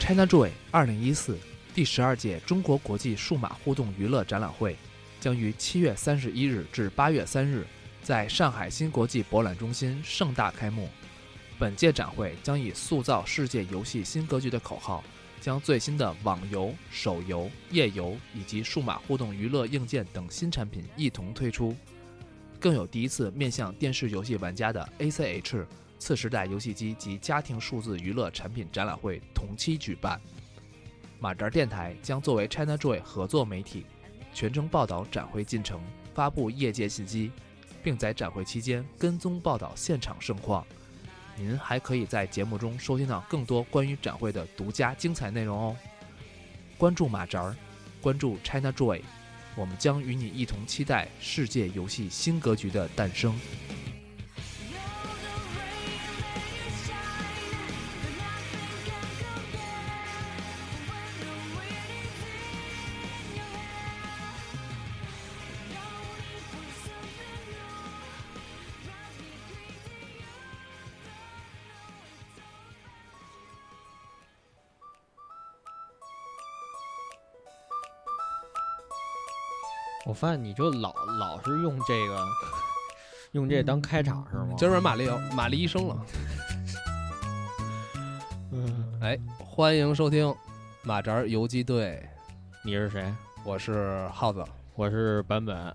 ChinaJoy 二零一四第十二届中国国际数码互动娱乐展览会将于七月三十一日至八月三日在上海新国际博览中心盛大开幕。本届展会将以“塑造世界游戏新格局”的口号，将最新的网游、手游、页游以及数码互动娱乐硬件等新产品一同推出，更有第一次面向电视游戏玩家的 ACH 次时代游戏机及家庭数字娱乐产品展览会同期举办。马扎电台将作为 ChinaJoy 合作媒体，全程报道展会进程，发布业界信息，并在展会期间跟踪报道现场盛况。您还可以在节目中收听到更多关于展会的独家精彩内容哦。关注马扎儿，关注 ChinaJoy，我们将与你一同期待世界游戏新格局的诞生。我发现你就老老是用这个，用这当开场是吗？今儿玛丽玛丽医生了，嗯，哎，欢迎收听马扎儿游击队，你是谁？我是耗子。我是版本。哦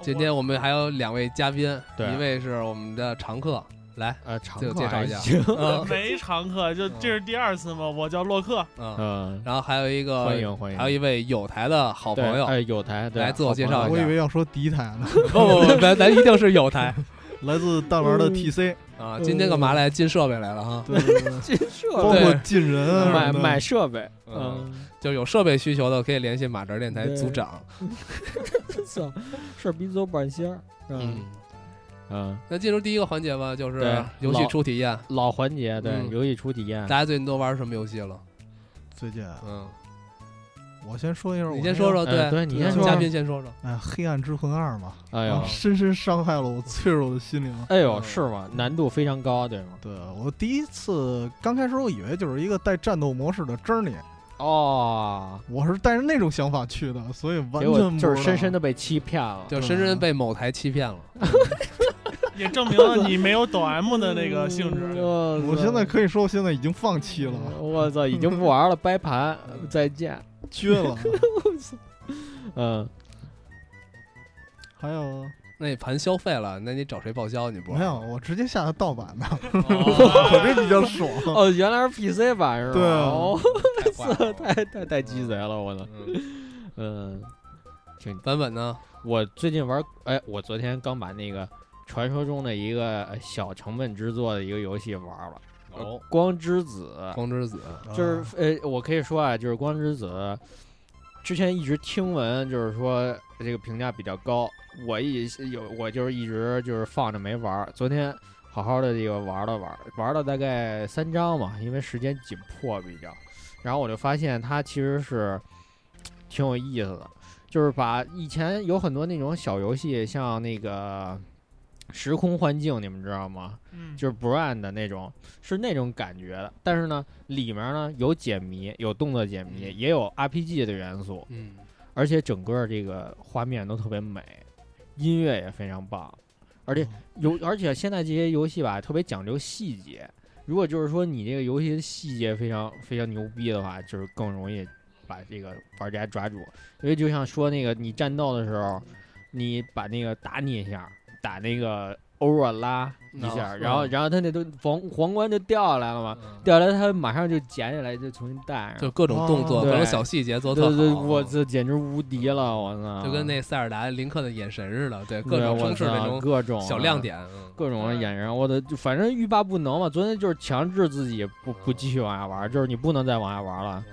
今天我们还有两位嘉宾，对一位是我们的常客， 来，呃，常就客介绍还一下行。嗯没常客，就嗯这是第二次嘛。我叫洛克，嗯，嗯，然后还有一个欢迎欢迎。呃还有一位有台的好对朋友，哎，有台对来自我介好绍一朋下 友我以为要说敌台呢，不不 不，咱咱一定是有台来自弹丸的 TC，啊！今天干嗯嘛来？进设备来了哈，对对对，这设包备括进人啊什买么的买设备，嗯嗯，就有设备需求的可以联系马哲电台对组长。操，事儿逼走半仙儿。嗯嗯，嗯，那进入第一个环节吧，就是对游戏老初体验。老环节对嗯游戏初体验大。家最近都玩什么游戏了？最近啊嗯，我先说一下，你先说，说，哎对你啊先说嘉宾先说说。哎，《黑暗之魂二》嘛，哎然呦后深深伤害了我脆弱的心灵。啊哎呦，嗯是吗？难度非常高，对吗？对啊我第一次刚开始，我以为就是一个带战斗模式的 Journey，哦，我是带着那种想法去的，所以完结果全就是深深的的被欺骗了。就深深被某台欺骗了，也证明了你没有抖 M 的那个性 质。嗯我现在可以说，我现在已经放弃了， 我操，已经不玩了，掰盘嗯，再见。撅了。嗯，还有那你盘消费了，那你找谁报销？你 不没有？我直接下的盗版的，哦我这比较爽。哦，原来是 PC 版是吧？对啊哦，太坏了 太太太鸡贼了，我操。 嗯嗯，挺，版本呢？我最近玩，哎，我昨天刚把那个传说中的一个呃小成本制作的一个游戏玩了，哦，啊《光之子》。光之子，就是呃，我可以说啊，就是《光之子》，之前一直听闻，就是说这个评价比较高，我一有我就是一直就是放着没玩儿，昨天好好的这个玩了玩儿，玩了大概三章嘛，因为时间紧迫比较，然后我就发现它其实是挺有意思的，就是把以前有很多那种小游戏，像那个。时空幻境，你们知道吗？嗯，就是 Brand 的那种，是那种感觉的。但是呢，里面呢有解谜，有动作解谜，嗯也有 RPG 的元素，嗯，而且整个这个画面都特别美，音乐也非常棒。哦而且有，而且现在这些游戏吧，特别讲究细节。如果就是说你这个游戏的细节非常非常牛逼的话，就是更容易把这个玩家抓住。因为就像说那个你战斗的时候，你把那个打你一下，打那个欧若拉一下，嗯然后嗯然后他那都皇皇冠就掉下来了嘛，嗯掉下来他马上就捡起来就重新戴上。就各种动作，哦各种对小细节做对特对，好。我这简直无敌了！我操，就跟那塞尔达林克的眼神似的，对各对种我充斥那操种各种小啊亮点。嗯各种的眼神，我的就反正欲罢不能嘛。昨天就是强制自己不嗯不继续往下玩，就是你不能再往下玩了，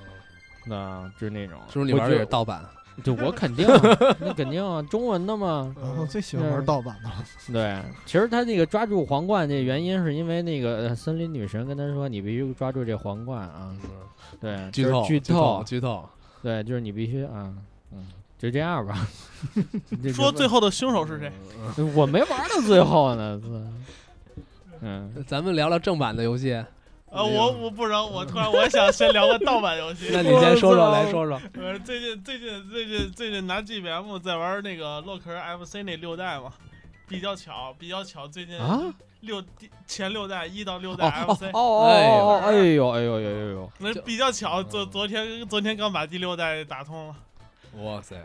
那就是那种。是不是你玩我的觉也是得盗版？对，我肯 定啊，那肯定啊，中文的嘛。然后最喜欢玩盗版的了，对，其实他那个抓住皇冠这原因是因为那个呃森林女神跟他说，你必须抓住这皇冠啊。嗯对，剧就是透，剧透，剧透。对，就是你必须啊，嗯，就这 样吧。这说最后的凶手是谁？我没玩到最后呢，嗯。 咱们聊聊正版的游戏，呃，我我不然我突然我想先聊个盗版游戏。那你先说说，来说说。呃，最近最近最近最近拿 GBM 在玩那个洛克人 FC 那六代嘛，比较巧比较巧，最近啊！六第前六代一到六哦代哦 FC，哦哦！哎呦哎呦哎呦哎呦！那就比较巧，嗯昨昨天昨天刚把第六代打通了。哇塞，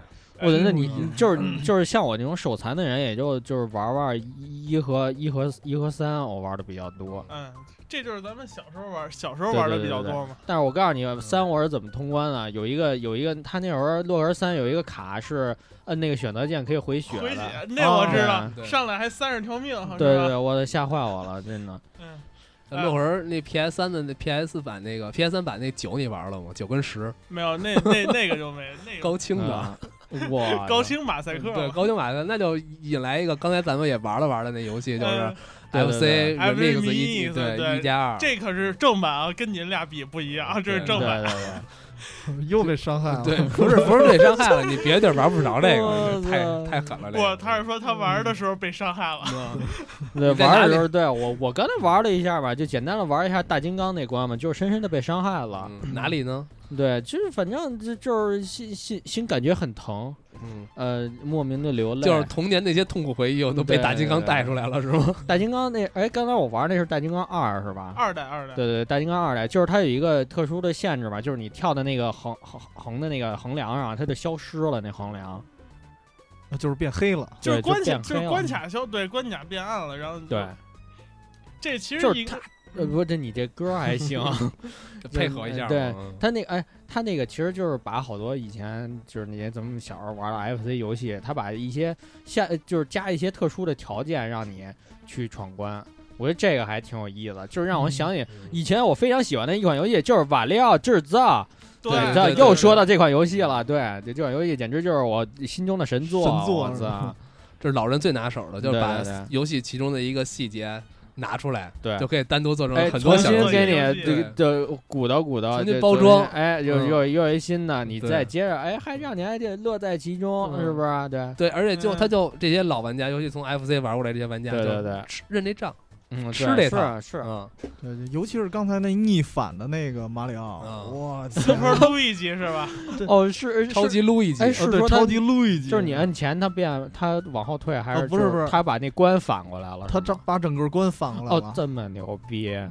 我觉得哎你嗯就是就是像我那种手残的人，也就就是玩玩一和一和一和三，啊我玩的比较多。嗯，这就是咱们小时候玩，小时候玩的比较多嘛。但是我告诉你，三我是怎么通关的？有一个有一个，他那时候洛克三有一个卡是摁那个选择键可以回血回的血。那我知哦对道，上来还三十条命，是吧？对对对，我吓坏我了，真的。嗯，那洛儿那 PS 三的那 PS 版那个 PS 三版那九你玩了吗？九跟十没有，那那那个就没那个高清的，啊，哇， 高清马赛嗯克 对嘛，高清版的，那就引来一个刚才咱们也玩了玩的那游戏，就是嗯 FC 对 Remix Remix，一对对一加二，这可是正版啊，跟你俩比不一样，这是对正版。对对，又被伤啊害了。对，不是不是被伤害了，你别的地儿玩不着这个，我太操太狠了。这我个啊他是说他玩的时候被伤害了，对你在哪玩里的时候，对我我刚才玩了一下吧，就简单的玩一下大金刚那关嘛，就是深深的被伤害了。嗯哪里呢？对，就是反正就就是心心心感觉很疼，嗯，呃，莫名的流泪。就是童年那些痛苦回忆，我都被对大金刚带出来了，是吗？大金刚那，哎，刚才我玩那是大金刚二是吧？二代二代。对对，对大金刚二代就是它有一个特殊的限制嘛，就是你跳的那个横横横的那个横梁上，它就消失了那横梁。就是变黑了。就是对关卡，变就是黑了关卡消，对关卡变暗了，然后对，嗯这其就实是应该他，呃，不，这你这歌还 行。配合一下嘛，对嗯他那个哎，他那个其实就是把好多以前就是那些咱们小时候玩的 FC 游戏，他把一些下呃就是加一些特殊的条件让你去闯关。我觉得这个还挺有意思，就是让我想起以前我非常喜欢的一款游戏，就是《瓦力奥制造》。对你对知道对又说到这款游戏了，对，这这款游戏简直就是我心中的神作，神作我是吧操，这是老人最拿手的，就是对把对对游戏其中的一个细节拿出来， 对就可以单独做成哎，很多重小游新戏。给你游戏这这鼓捣鼓捣，重新这包昨天装哎，又嗯又又一新的，你对再接着，哎，还让你还得乐在其中，嗯是不是？对，对，而且就嗯他就这些老玩家，尤其从 FC 玩过来这些玩家，对对就对，吃认这账，嗯，吃对这套是哦是，嗯，对，尤其是刚才那逆反的那个马里奥，嗯我操！ Super Luigi 是吧？哦，是超哦级路易吉哎，呃是对，说他超级路易吉，就是你按前，他变他往后退，还哦是不是就不是他把那关反过来了，他是整吗把整个关反过来哦了。这么牛逼，啊，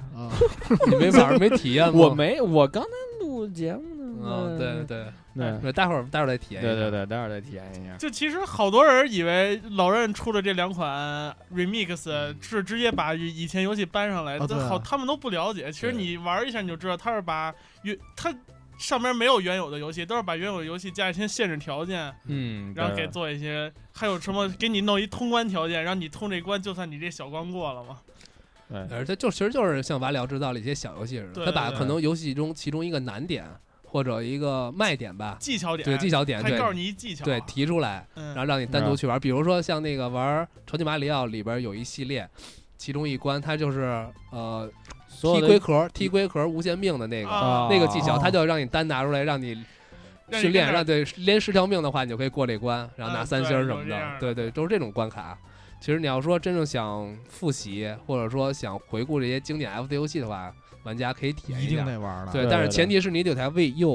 你没玩没体验吗？我，没我刚才录节目呢，嗯，对对对对，待会儿待会儿再体验一下。嗯对对对，待会儿再体验一下。就其实好多人以为老任出的这两款 remix 嗯是直接把以前游戏搬上来，啊对啊但好他们都不了解。其实哦对你玩一下你就知道，他是把原他上面没有原有的游戏，都是把原有的游戏加一些限制条件，嗯，然后对给做一些，还有什么给你弄一通关条件，让你通这关，就算你这小关过了嘛。对而它就其实就是像《瓦里奥制造》里一些小游戏似的，对它把对可能游戏中其中一个难点或者一个卖点吧，技巧点，对技巧点，还告诉对你一技巧，对提出来，嗯然后让你单独去玩。比如说像那个玩《超级马里奥》里边有一系列，其中一关它就是呃所踢有的龟壳、踢龟壳无限命的那个啊那个技巧，哦它就让你单拿出来让你。让你训练跟那儿让对连十条命的话，你就可以过这关，然后拿嗯三对星儿什有么这样的，的对对，都是这种关卡。啊其实你要说真正想复习，或者说想回顾这些经典 FC 游戏的话，玩家可以体验一一定下。得 玩了。对，对但是对前提是你得有台 V U，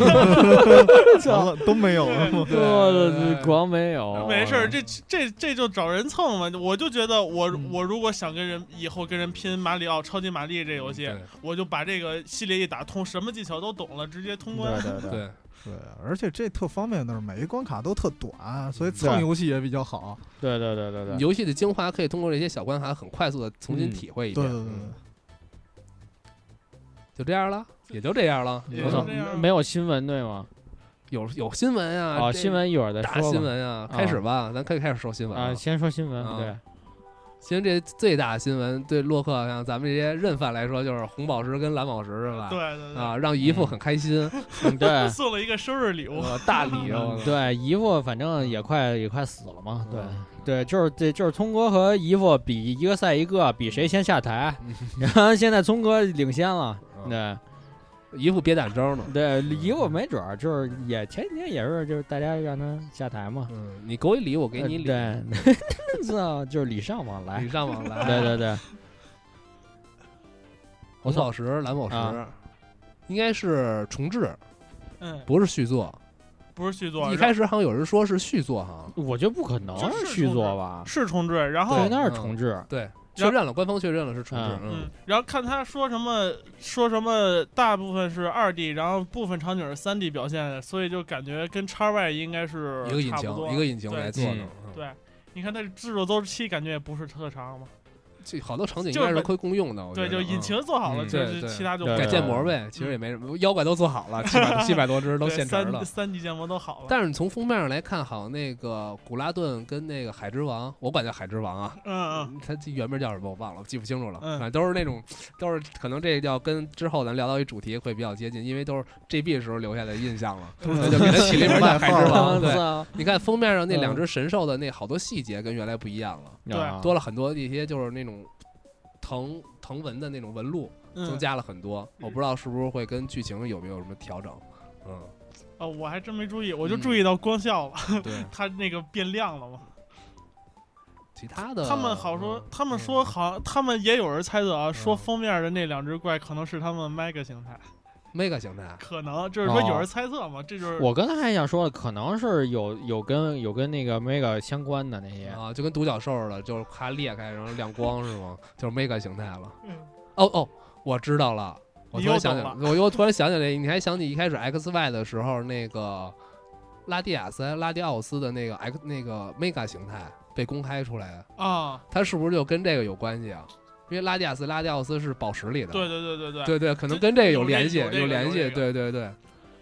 完了都没 有了吗？这光没有，没事儿，这这这就找人蹭嘛。我就觉得我、嗯我如果想跟人以后跟人拼马里奥、超级玛丽这游戏，嗯我就把这个系列一打通，什么技巧都懂了，直接通关啊对。对 对对对对，而且这特方便的是每一关卡都特短，所以蹭游戏也比较好。对对对对对，游戏的精华可以通过这些小关卡很快速的重新体会一对遍。对对嗯就这样了，也就这样了。也也有就操这样，没有新闻对吗？有有新闻啊，啊，这新闻一会儿再大说吧。新闻啊，啊开始吧，咱可以开始说新闻啊，了。先说新闻，啊对，其实这最大的新闻对洛克啊像咱们这些认犯来说，就是红宝石跟蓝宝石是吧？对对对，啊，让姨父很开 心，嗯对送了一个生日礼物。呃大礼哦，对，姨父反正也快也快死了嘛，嗯对嗯对，就是这就是聪哥和姨父比一个赛一个，比谁先下台，然后现在聪哥领先了，对姨父憋大招呢。对，姨父没准儿就是也前几天也是就是大家让他下台嘛，嗯，你给我一礼，我给你礼，呃对，知道就是礼尚往来礼，尚往来。对对对。红宝石、蓝宝石啊，应该是重置，嗯，不是续作。不是续作，一开始好像有人说是续作，哈，我觉得不可能这是续重作置吧？是重置，然后对，那是嗯重置。 对，确认了，官方确认了是重置啊。嗯嗯，然后看他说什么，说什么，大部分是二 D，然后部分场景是三 D 表现，所以就感觉跟叉 Y 应该是一个引嗯差不擎多一个引擎对来做的。嗯嗯对，你看它制作周期感觉也不是特长嘛，嗯这好多场景应就是该是本可以共用的，我觉对，得就引嗯擎做好了，嗯就对对是其他就对改建模对呗，其实也没什么，妖怪都做好了，七 百七百多只都嗯对现成三了。三 D 建模都好了，但是你从封面上来看，好像那个古拉顿跟那个海之王，我管叫海之王啊，嗯嗯他这原名叫什么我忘了，记不清楚了。嗯反正都是那种，都是可能这个叫跟之后咱聊到一主题会比较接近，因为都是 GB 的时候留下的印象了，都那就给他起了一名 叫 海之王。对，啊，你看封面上那嗯两只神兽的那好多细节跟原来不一样了，对多了很多一些就是那种藤藤纹的那种纹路，嗯，增加了很多。我不知道是不是会跟剧情有没有什么调整。嗯，哦，我还真没注意，我就嗯注意到光效了，对，它那个变亮了嘛。其他的 他们好说嗯，他们说好像，他们也有人猜测啊，说嗯封面的那两只怪可能是他们 Mega 形态， mega 形态，可能就是说哦有人猜测嘛，这就是我刚才还想说，可能是有有跟有跟那个 Mega 相关的那些。啊，就跟独角兽似的，就是咔裂开，然后亮光是吗？就是 mega 形态了。嗯哦哦，我知道了，我你突然又想起来，懂我又突然想起来，你还想起一开始 X Y 的时候那个拉蒂亚斯、拉蒂奥斯的那个 X 那个 mega 形态被公开出来，啊，它是不是就跟这个有关系啊？因为拉蒂亚斯、拉蒂奥斯是宝石里的，对对对对对，对对，可能这跟这个有这联系，有这个联有系，这个对对对。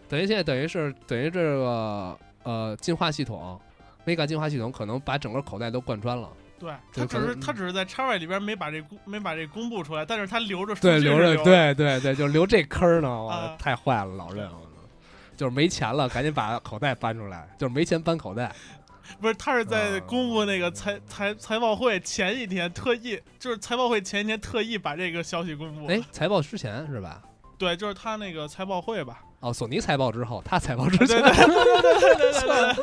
等于现在等于是等于这个呃进化系统，mega 进化系统可能把整个口袋都贯穿了，对，对他可只是能嗯他只是在叉 Y 里边没把这公没把这公布出来，但是他留着数对，据留是着，对对对，就留这坑儿呢，哇啊，太坏了，老任了就是没钱了，赶紧把口袋搬出来，就是没钱搬口袋，不是他是在啊公布那个财财财报会前一天特意就是财报会前一天特意把这个消息公布，哎，财报之前是吧？对，就是他那个财报会吧，哦，索尼财报之后，他财报之 对前对对对对对对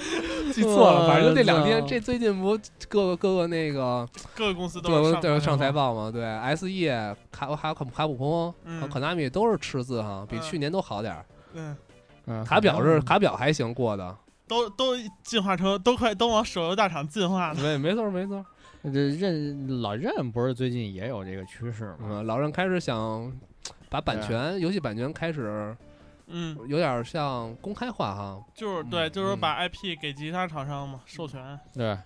对，记错了，反正就这两我天，操这最近不各个各个那个各个公司都对有对上财报，报嘛，对 S E 卡卡普卡普空，和嗯卡纳米都是赤字哈，比嗯去年都好点儿。嗯，嗯卡表是卡表还行过的，都都进化成都快都往手游大厂进化了，对， 没错没错。这任老任不是最近也有这个趋势吗？嗯，老任开始想把版对权、游戏版权开始嗯，有点儿像公开化哈，就是嗯对，就是说嗯把 IP 给其他厂商嘛授权，对，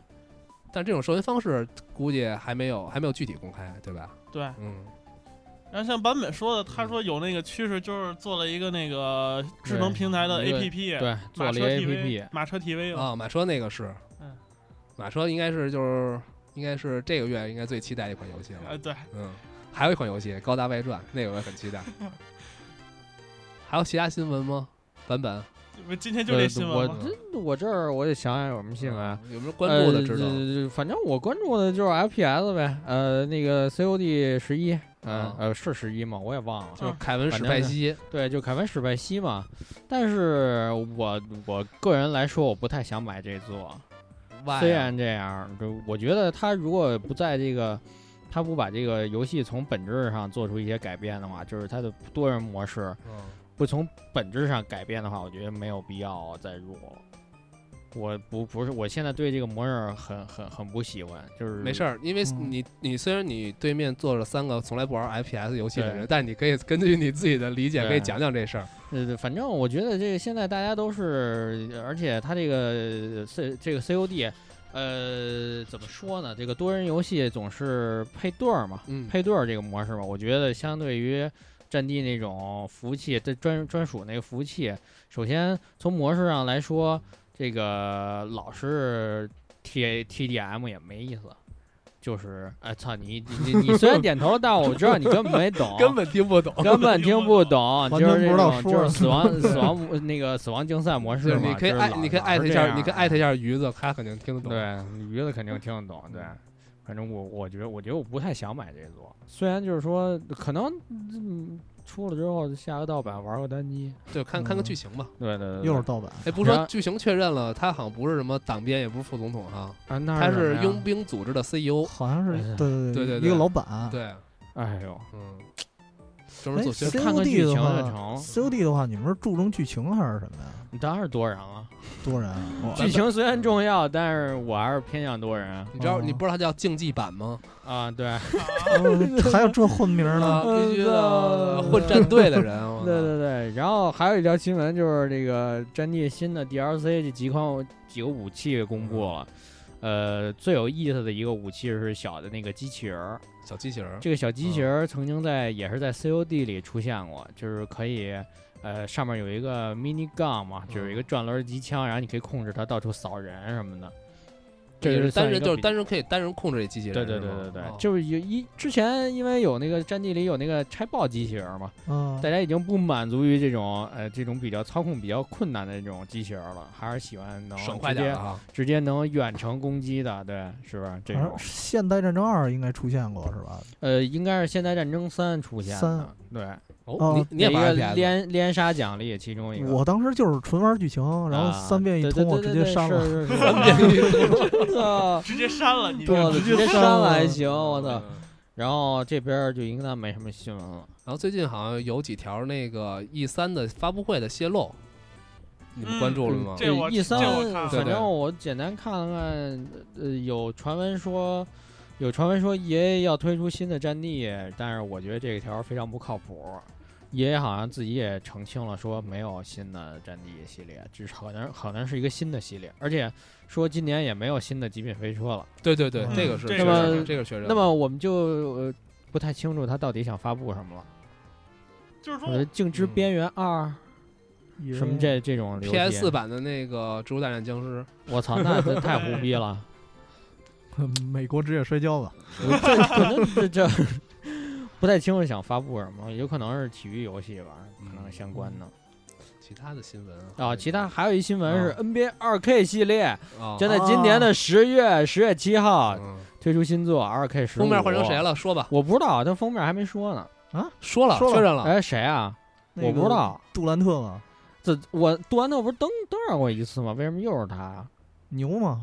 但这种授权方式估计还没有还没有具体公开，对吧？对。嗯，然后像版本说的，他说有那个趋势，就是做了一个那个智能平台的对一个 APP，对，做了马一车 APP TV，。马车 TV 嘛啊，马车那个是嗯，马车应该是就是应该是这个月应该最期待的一款游戏了。呃，对，嗯，还有一款游戏《高达外传》，那个我也很 期待。还有其他新闻吗？版本我今天就这新闻我嘛，这我这儿我得想想有什么新闻啊。有没有关注的知道？呃反正我关注的就是 FPS 呗，呃，那个 COD 十一，嗯啊，呃，是十一吗？我也忘了。就是凯文史派西，对，就凯文史派西嘛。但是我我个人来说，我不太想买这座。哇虽然这样，就我觉得他如果不在这个，他不把这个游戏从本质上做出一些改变的话，就是它的多人模式嗯不从本质上改变的话，我觉得没有必要再入。我不不是，我现在对这个模式很很很不喜欢，就是没事儿，因为嗯你你虽然你对面坐着三个从来不玩 FPS 游戏的人对，但你可以根据你自己的理解对可以讲讲这事儿。呃，反正我觉得这个现在大家都是，而且它这个 C 这个 COD，呃，怎么说呢？这个多人游戏总是配对儿嘛，嗯，配对儿这个模式嘛，我觉得相对于战地那种服务器，这专专属那个服务器，首先从模式上来说，这个老是 T T D M 也没意思。就是，哎操你你你你虽然点头，但 我知道你根本没懂 ，根本听不懂，根本听不懂，完就是全不这知道种说就是什死 亡死亡模那个死亡竞赛模就式是嘛，你可以就是艾老你可以艾特一下，你可以特艾特一下鱼子，他肯定听得懂。对，鱼子肯定听得懂，对。反正我我觉得，我觉得我不太想买这座，虽然就是说可能嗯出了之后下个盗版玩个单机，对，看看个嗯剧情吧。对对对，又是盗版，哎，不然说后剧情确认了，他好像不是什么党鞭，也不是副总统哈，啊，那他什是么呀佣，兵组织的 CEO。好像是哎对对对一个对老板，对，哎呦，嗯，专门做宣传。看看剧情的就话成。 COD 的话，你们是注重剧情还是什么呀？你当然是多人了，多人啊，哇剧情虽然重要，但是我还是偏向多人 你知道哦你不知道它叫竞技版吗？啊。对，哦还有这混名啊，呢？必须的混战队 的人。我嗯对操对对。然后还有一条新闻就是这个《战地》新的 DLC 这几款几个武器公布了。呃，最有意思的一个武器是小的那个机器人儿，小机器人儿，这个小机嗯器人儿曾经在、也是在 COD 里出现过，就是可以，呃，上面有一个 mini gun 嘛，就是一嗯个转轮机枪，然后你可以控制它到处扫人什么的。这就是算单人，一个就是比单人可以单人控制这机器人。对对是对吗对对哦，就是有一之前因为有那个战地里有那个拆爆机器人儿嘛， 嗯大，家已经不满足于这种呃这种比较操控比较困难的这种机器人儿了，还是喜欢能爽快直点接儿啊！直接能远程攻击的，对，是吧？这反正种现代战争二应该出现过是吧？呃应该是现代战争三出现三啊的，对，哦，你你也有一个玩 FPS？连连杀奖励其中一个。我当时就是纯玩剧情，然后啊三遍一对对通，我对直对接对删了。是 是是我操，直接删了 你这对，个。直接删删了了还行，我操嗯。。然后这边儿就应该没什么新闻了。然后最近好像有几条那个 E 三的发布会的泄露，你们关注了吗？嗯这我 E 三这我看了，对反正我简单看了看，呃，有传闻说，有传闻说 E A 要推出新的战地，但是我觉得这个条儿非常不靠谱。E A 好像自己也澄清了，说没有新的战地系列，只是可能可能是一个新的系列，而且说今年也没有新的极品飞车了。对对对，嗯这个是这确个认是的这个确认的。那么我们就呃不太清楚他到底想发布什么了。就是说呃，《静之嗯边缘二》什么这这种游戏 PS 嗯四版的那个《植物大战僵尸我操，那这太胡逼了！ 美国职业摔跤吧？我这可能这这 不太清楚想发布什么，有可能是体育游戏吧，嗯可能相关的》，其他的新闻啊。其他还有一新闻是 NBA 二 K 系列嗯啊，将在今年的十月十月七号嗯推出新作二 K 十封面换成谁？了？说吧，我不知道，他封面还没说呢。说了，说了确认了。哎，谁啊？那我不知个道。杜兰特嘛，这我杜兰特不是登登上过一次吗？为什么又是他啊？牛嘛，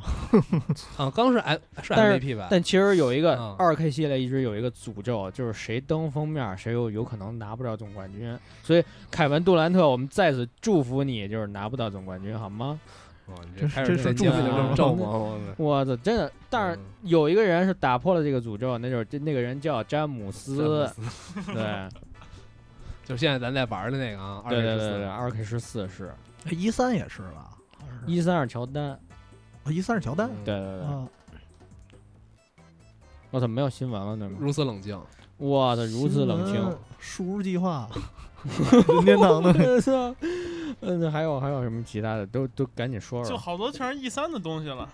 啊，刚是 M 是但是 MVP 吧？但其实有一个嗯二 K 系列一直有一个诅咒，就是谁登封面，谁有有可能拿不到总冠军。所以凯文杜兰特，我们在此祝福你，就是拿不到总冠军，好吗？哇哦你真是开始真是节目就祝这福么你咒吗？我嗯操我操，真的！啊但是有一个人是打破了这个诅咒，那就是那个人叫詹姆斯，真的对就现在咱在玩的那个啊，二对对对对，四二 K 十四是哎一三也是啊吧？一三二乔丹，一三是乔丹嗯对对对，啊，我操，没有新闻了对吗？如此冷静，我操，如此冷嗯新清闻，，数日计划， 任天 堂的操！嗯，还有还有什么其他的，都都赶紧说就说，好多全是 E 三的东西了。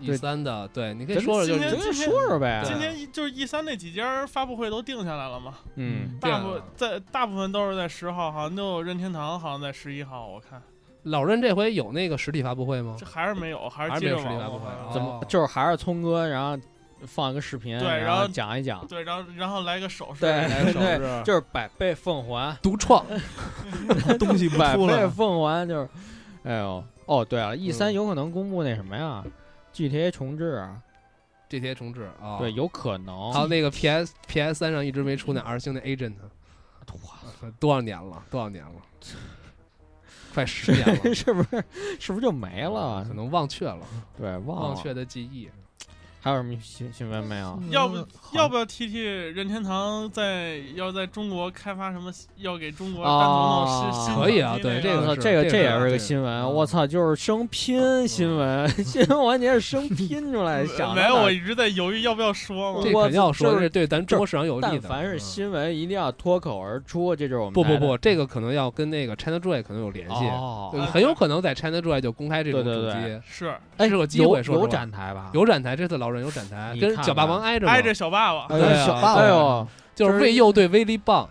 E 对三的，对，你可以真说说，就今是天就说说呗。今天一就是 E 三那几家发布会都定下来了嘛，嗯，定大下来部了在大部分都是在十号，好像就任天堂好像在十一号，我看老任这回有那个实体发布会吗这？还是没有，还还是是接没有着实体发网布会络。啊怎么哦就是还是聪哥，然后放一个视频，对嗯然然后讲一 讲，对，然后然后来个手势，对 来个手对，势，就是百倍奉 还，独创，东西不百出倍了，奉还就是，哎呦，哦对了，E 三有可能公布那什么呀，GTA 重置啊，这些重置啊，对，，有可能还有那个 PS PS 三上一直没出那 R 星的 Agent，多少年了？多少 年了？快十年 了，是不是是不是就没了哦可？能忘却了，对，忘忘了却的记忆。还有什么新新闻没有？要不嗯要不要提提任天堂在要在中国开发什么，要给中国啊单独弄新新可以啊手机对那这我个操，是这个这这个是也是这个个啊新闻，嗯我操，就是生拼新 闻，新闻环节是生拼出来，想着没有，哪我一直在犹豫要不要说嘛这。我肯定要这说，是这是对咱中国市场有利但的。凡是嗯新闻，一定要脱口而出，这就是我们不不台的不，这个可能要跟那个 ChinaJoy 可能有联系，哦，呃很有可能在 ChinaJoy 就公开这种对主对机，是哎，是个机有会说实有话展台吧？有展台，这次老人有展台，你跟看小霸看王挨着嘛挨着小霸王，哎对啊呦，小霸哎王，呦，就是为幼队威力棒，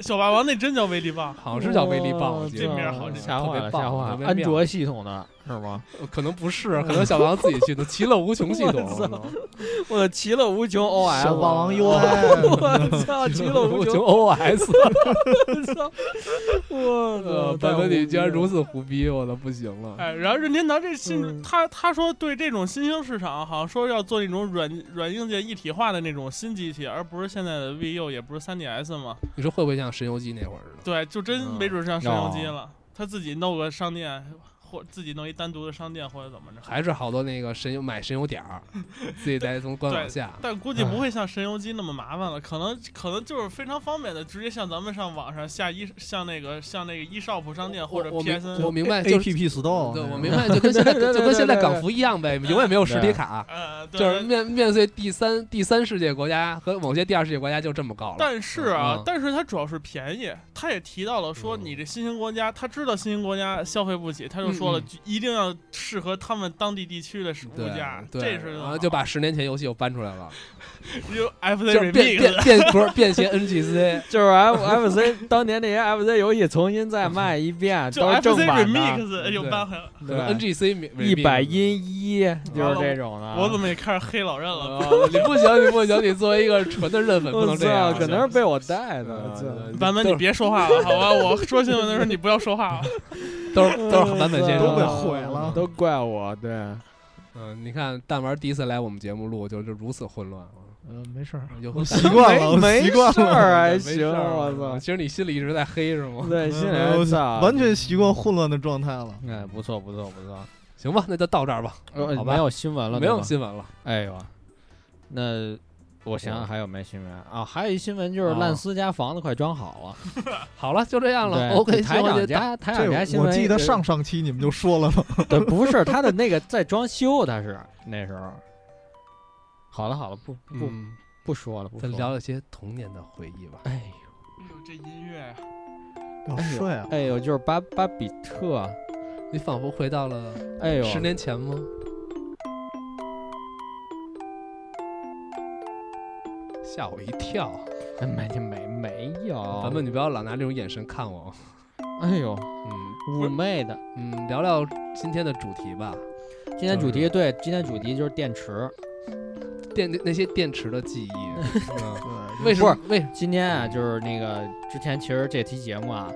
小霸王那真叫威力棒。好像是叫威力棒，哇我记这得名儿好嗯这吓特坏别了，棒吓坏特别了！安妙卓系统的是吗？呃可能不是，可能小王自己去的，其乐无穷系统。我操我的其乐无穷 OS，小霸王我 UI， 操，其乐无无穷穷 OS，我 操！我操！呃版本你居然如此此胡逼，我都不行了。哎，然后任天堂这新、嗯他他说对这种新兴市场，好像说要做那种软软硬件一体化的那种新机器，而不是现在的 VU，也不是 3DS 嘛。你说会不会像神游机那会儿似的？对，就真嗯没准上神游机哦了，他自己弄个商店，或自己弄一单独的商店或者怎么着。还是好多那个神游买神游点儿，自己再从官网下。但估计哎不会像神游机那么麻烦了，可能可能就是非常方便的，直接像咱们上网上下一像那个像那个 eShop 商店或者我我明 PSN，我明白，哎 A 就是 P P Store，对，那我种明白，就跟现在对对对就跟现在对对港服一样呗，永远没有实体卡，呃，对就是面面对第三第三世界国家和某些第二世界国家就这么高了。但是啊，嗯但是它主要是便宜。他也提到了说，嗯你这新兴国家，他知道新兴国家消费不起，他就说了嗯，一定要适合他们当地地区的食物对价，，对这是啊然后就把十年前游戏又搬出来了，就 FC 就是变 remix 变变不是变形 NGC，就是 F FC 当年那些 FC 游戏重新再卖一遍，就都是 FC 正版的， remix 哎又搬回来了，可能对， NGC 一百音一就是这种的。我怎么也开始黑老任了？ 哦你不行，你不行，你作为一个纯的认粉不我能这样操，啊，可能是被我带我操的。版本，都你是别说话了，好吧？我说新闻的时候你不要说话了。都是都是版本对先生都被啊毁了都怪我，对，嗯，你看蛋丸第一次来我们节目录，就是如此混乱。嗯，没事儿，有我 习惯了，我没习惯 没事了，儿，啊还没事行，儿我其实你心里一直在黑是吗 操，？呃对，现啊没啊有在操，完全习惯混乱的状态了。哎，不错，不错，不错。行吧，那就到这儿吧，呃，没好吧，有新闻了，没对有吧新闻了。哎呦，那我想想还有没新闻啊？还有一新闻就是啊烂丝家房子快装好了。好了，就这样了。对 OK，台新闻长就 到家，台长家这新我闻，记得上上期你们就说了嘛， 对，呃不是他的那个在装修，他是那时候。好了好了，不不嗯，不说了，不再说了。聊一些童年的回忆吧。哎哎 呦，这音乐呀，要睡啊呦，！ 哎呦，就是巴巴比特，你仿佛回到了哎呦，十年前吗？吓我一跳！哎没没没有，咱们你不要老拿这种眼神看我。哎呦嗯妩媚的。 嗯，聊聊今天的主题吧，今天主就题对，今天主题就是电池。电那些电池的记忆。 哎嗯对，为什么？为今天啊，就是那个之前其实这期节目啊，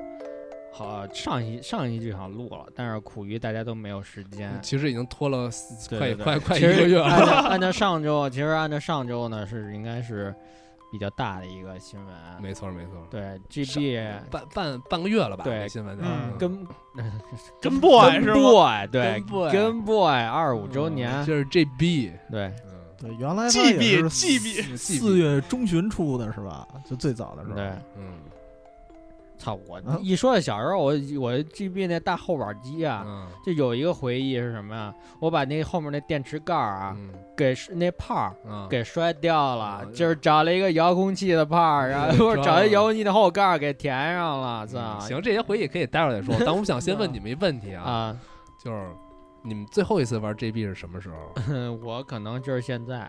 好上一上一期就想录了，但是苦于大家都没有时间。其实已经拖了四嗯对快对对快快嗯一其实哎个月了。按照按照上周，其实按照上周呢是应该是比较大的一个新闻。 啊没错没错，对上 GB 半半半个月了吧？对那新闻的嗯跟跟啊 boy 是吗 boy 对跟 boy 嗯跟 boy 二五周年就是 GB，对嗯，对，原来它也？GB 是 GB 四月中旬出的是吧？就最早的时候。对，嗯操我啊一说到小时候，我我 GB 那大后板机啊，嗯就有一个回忆是什么呀？我把那后面那电池盖儿啊，嗯给是那泡儿啊，给摔掉了，嗯就是找了一个遥控器的泡儿，然后装找了一遥控器的后盖儿给填上了，操！嗯行，这些回忆可以待会儿再 说，但我想先问你们一问题啊，啊嗯啊， 就是你们最后一次玩 GB 是什么时 候？我可能就是现在，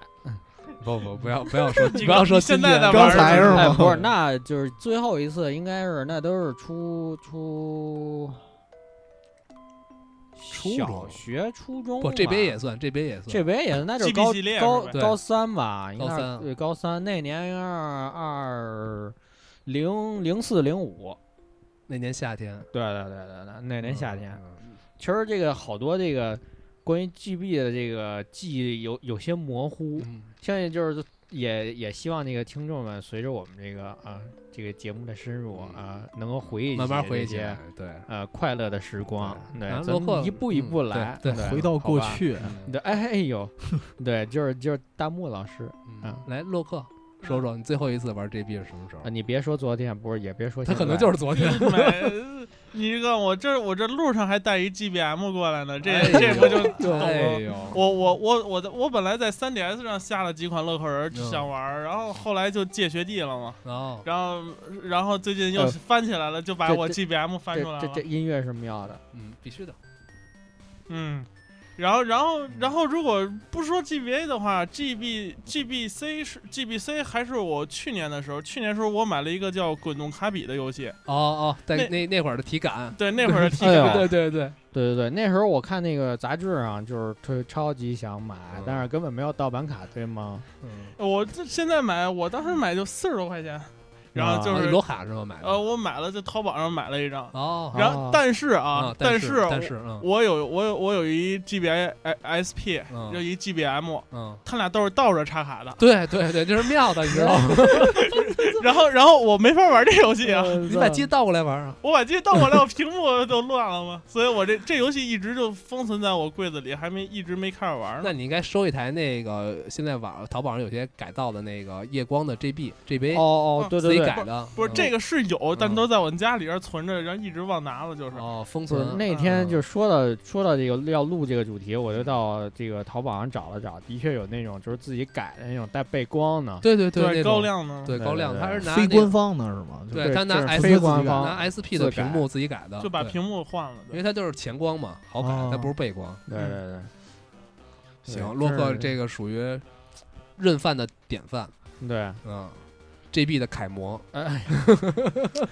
不不不要不要说你不要说今现在天在玩刚才是吗哎，不是，那就是最后一次，应该是那都是初初初小中学、初中吧，不这边也算这边也算啊这边也是，那就是记笔高记列高是吧对高三吧，应该高是三对高三那年应该是二零零四零五，那年夏天，对对对对对，那年夏天。嗯其实这个好多这个关于 GB 的这个记忆有有些模糊，嗯相信就是也也希望那个听众们随着我们这个啊这个节目的深入嗯啊，能够回忆慢慢起回忆这起些来，对。呃快乐的时光，对对，然后咱包括们一步一嗯步对来，对回到过。好吧去，嗯对，哎哎呦， 对，就是就是弹幕老师嗯，来洛克说说你最后一次玩 GB 是什么时候啊，？你别说昨天，不是也别说他现可能在就是昨 天，买， 你这个我这我这路上还带一 GBM 过来呢，这、哎这不就呦懂吗？哎呦，我我我我的我本来在 3DS 上下了几款乐扣人想玩儿，然后后来就借学弟了嘛，哦，然后然后最近又呃翻起来了，就把这我这 GBM 翻出来这这了啊这，音乐是妙的，嗯，必须的，嗯。然后，然后，然后，如果不说 GBA 的话，GB GBC 是 GBC 还是我去年的时候，去年时候我买了一个叫《滚动卡比》的游戏，哦哦，在那那那会儿的体感，对那会儿的 体哎感呦，对对对，对对对，那时候我看那个杂志上就是特超级想买，嗯但是根本没有盗版卡，对吗？嗯，我这现在买，我当时买就四十多块钱，然后就啊是你罗卡是吗？买的呃，我买了在淘宝上买了一张，哦，然后哦但是啊啊，，但是但是嗯我有我有我有一 G B I S P，嗯有一 G B M，嗯，他俩都是倒着插卡的， 对对对，这是妙的，你知道吗？然后然后我没法玩这游戏啊，你把机倒过来 玩啊，我把这倒过来，我屏幕都乱了嘛， 所以我这这游戏一直就封存在我柜子里，还没一直没开始玩呢那。你应该收一台那个现在网淘宝上有些改造的那个夜光的 GB GB，哦哦，对自对己对，改的，不是嗯这个是有，但都在我们家里边存着，然后一直忘拿了，就是。哦，封不是存那天就说到说到这个要录这个主题，我就到这个淘宝上找了找，的确有那种就是自己改的那种带背光的，对对那种对，高亮呢？对对高对亮，对他是拿非那个官方的是吗？就对对他拿就是 S 非官方拿 SP 的自改屏幕自己改的，就把对屏幕换了。因对为它就是前光嘛，好改，哦它不是背光。对对对，对行，洛克这这个属于认饭的典范，对嗯，GB 的楷模，哎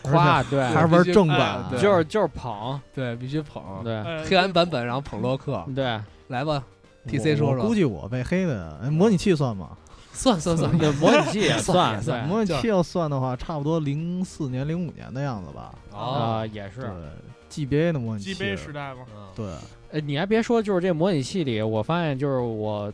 夸对，还是玩正版啊哎的，对就是就是捧，哎对，必须捧。对嗯呃嗯黑暗版本，然后捧洛克，对，来吧，我 TC 说说我估计我被黑的，哎模拟器算吗？算算算，那模拟器 也算算也对算模拟器要算的话，差不多零四年、零五年的样子吧。哦，啊也是。对，GBA 的模拟器。 ，GB 时代嘛，嗯对，呃，你还别说，就是这模拟器里，我发现就是我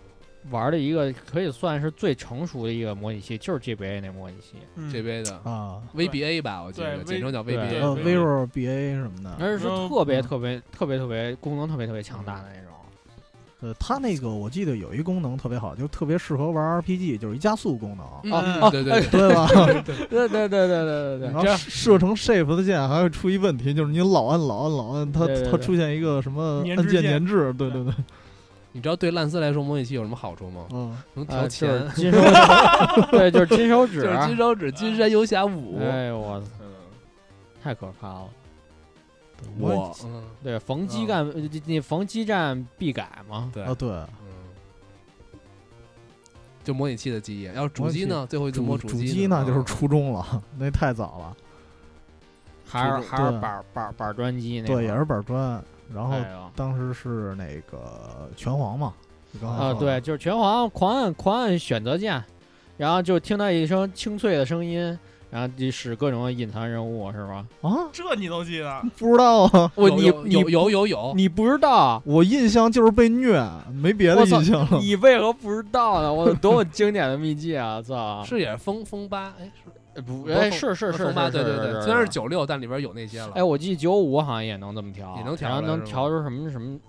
玩的一个可以算是最成熟的一个模拟器，就是 GBA 那模拟器。嗯， ，GB 的啊， VBA 吧，我记得对简称叫对对呃 VBA。对，Vero BA 什么的。而是嗯特别嗯特别特别特别功能特别特别强大的那种。呃，它那个我记得有一功能特别好，就特别适合玩 RPG，就是一加速功能， 嗯嗯嗯对对对对吧？对对对对对对然对，后设成 Shift 的键还会出一问题，就是你老按老按老按，它对对对它出现一个什么粘按滞键键粘滞，对对对，你知道对烂丝来说模拟器有什么好处吗？嗯，能啊调就钱是，金手，对， 就是金手指啊就。是金手指《金山游侠五》。哎呦我操嗯太可怕了！我嗯对，逢基干，呃你逢基站必改嘛。对啊，对，嗯，就模拟器的记忆。要是主机啊模呢，最后一次摸主主机呢呢啊就是初中了， 那太早了，还是对还是板板板砖机那对，也会是板砖，然儿后哎呦当时是那个拳皇嘛，你刚才啊，说对，就是拳皇狂按狂按选择键，然后就听到一声清脆的声音，然后就使各种隐藏任务是吗？啊，这你都记 得？不知道啊，我有你有你有有有有， 你不知道，我印象就是被虐，没别的我操印象 了。你为何不知道呢？我多么经典的秘技 啊！操，是也是风风八哎是不不哎风是是是风八是对对是对，虽然是九六，但里边有那些了。哎，我记得九五好像也能这么调，也能调然后出来能是调出什么什么。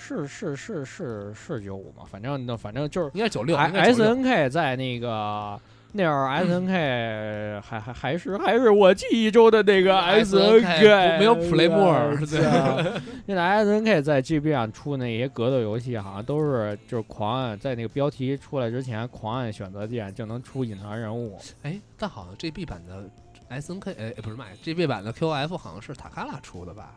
是是是是是九五嘛，反正那反正就是应该是九六嗯 I 应该哎 S 是96 N K 在那个那会儿 S N K 还还还是还是我记忆中的那个 S N SNK K，哎不没有 Playmore， 对。那 S N K 啊在 G B 上出那些格斗游戏，好像都是就是狂按在那个标题出来之前狂按选择键就能出隐藏人 物。哎，但好像 GB 版的 S N K 哎哎不是买 GB 版的 Q F 好像是塔卡拉出的吧？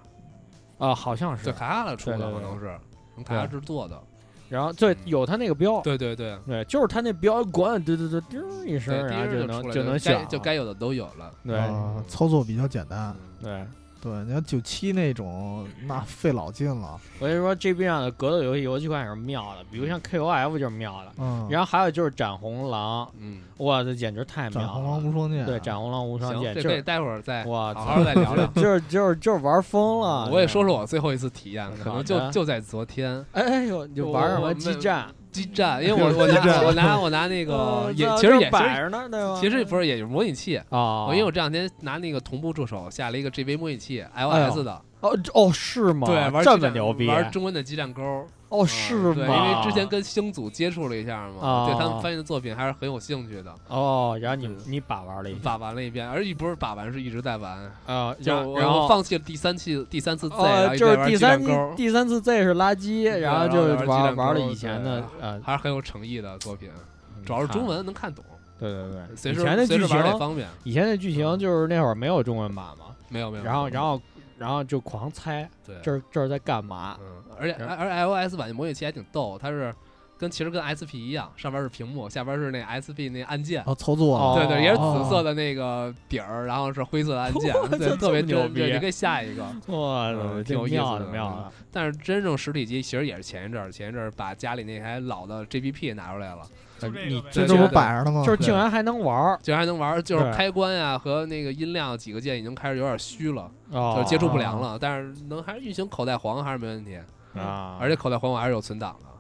啊，好像对，是。卡卡拉出的对对可对能是从卡卡拉制作的。然后对，有他那个标，嗯对对对，对，就是他那标，滚，对对对，叮一声，对，第然一后就出能来就能该选，就该有的都有了。对啊操作比较简啊单。嗯对。对，你要九七那种，那费老劲了。我跟你说，G B 上的格斗游戏游戏款也是妙的，比如像 K O F 就是妙的，嗯，然后还有就是斩红狼，嗯，哇，这简直太妙斩了！红狼无双啊剑，对，斩红狼无双行，剑这就可以是待会儿再哇，好好再聊聊。就是就是啊就是玩疯了。 我也这说说我最后一次体验，可能好就的就在 昨天哎哎呦，你就玩什么激战？激战，因为我我激拿战我拿我拿那个哦呃也这其实这也其摆着实呢，对吧？其实不是也就是模拟器，啊，我因为我这两天拿那个同步助手下了一个 GB 模拟器哎呦 iOS 的，哦这哦是吗？对，这玩激么战牛逼？啊玩中文的激战勾，哦是嗯对，吗？因为之前跟星组接触了一下嘛啊，对他们翻译的作品还是很有兴趣的，哦，然后你你把玩了一把把玩了一遍，而且不是把玩是一直在玩，啊，就然我然我后放弃了第三期第三次 Z，然后哦，一就直是玩第激三战次勾，第三次 Z 是垃圾，对然后然后就玩鸡玩蛋玩了糕以前对的呃，还是很有诚意的作品，嗯主要是中文能看懂，对对对，随以时前的随剧时玩也情，方便。以前的剧情嗯就是那会儿没有中文版嘛，没有没有，然后然后然后就狂猜对，这儿这儿在干嘛，嗯，而且然而而 iOS 版的模拟器还挺逗，它是跟其实跟 SP 一样，上边是屏幕，下边是那 SP 那按键。哦，操作哦对对，也是紫色的那个底儿，然后是灰色的按键，对，特别这么牛对对逼你可以下一个。哇，嗯挺挺有有意意思思的，的妙啊！但是真正实体机其实也是前一阵儿，前一阵儿把家里那台老的 GBP 拿出来了，就这个你呗这对这对不对摆着呢吗？就是对竟然还能玩儿竟然还能玩儿，就是对开关呀、和那个音量几个键已经开始有点虚了，哦就是接触不良了。但是能还是运行口袋黄还是没问题，啊！而且口袋黄我还是有存档的。哦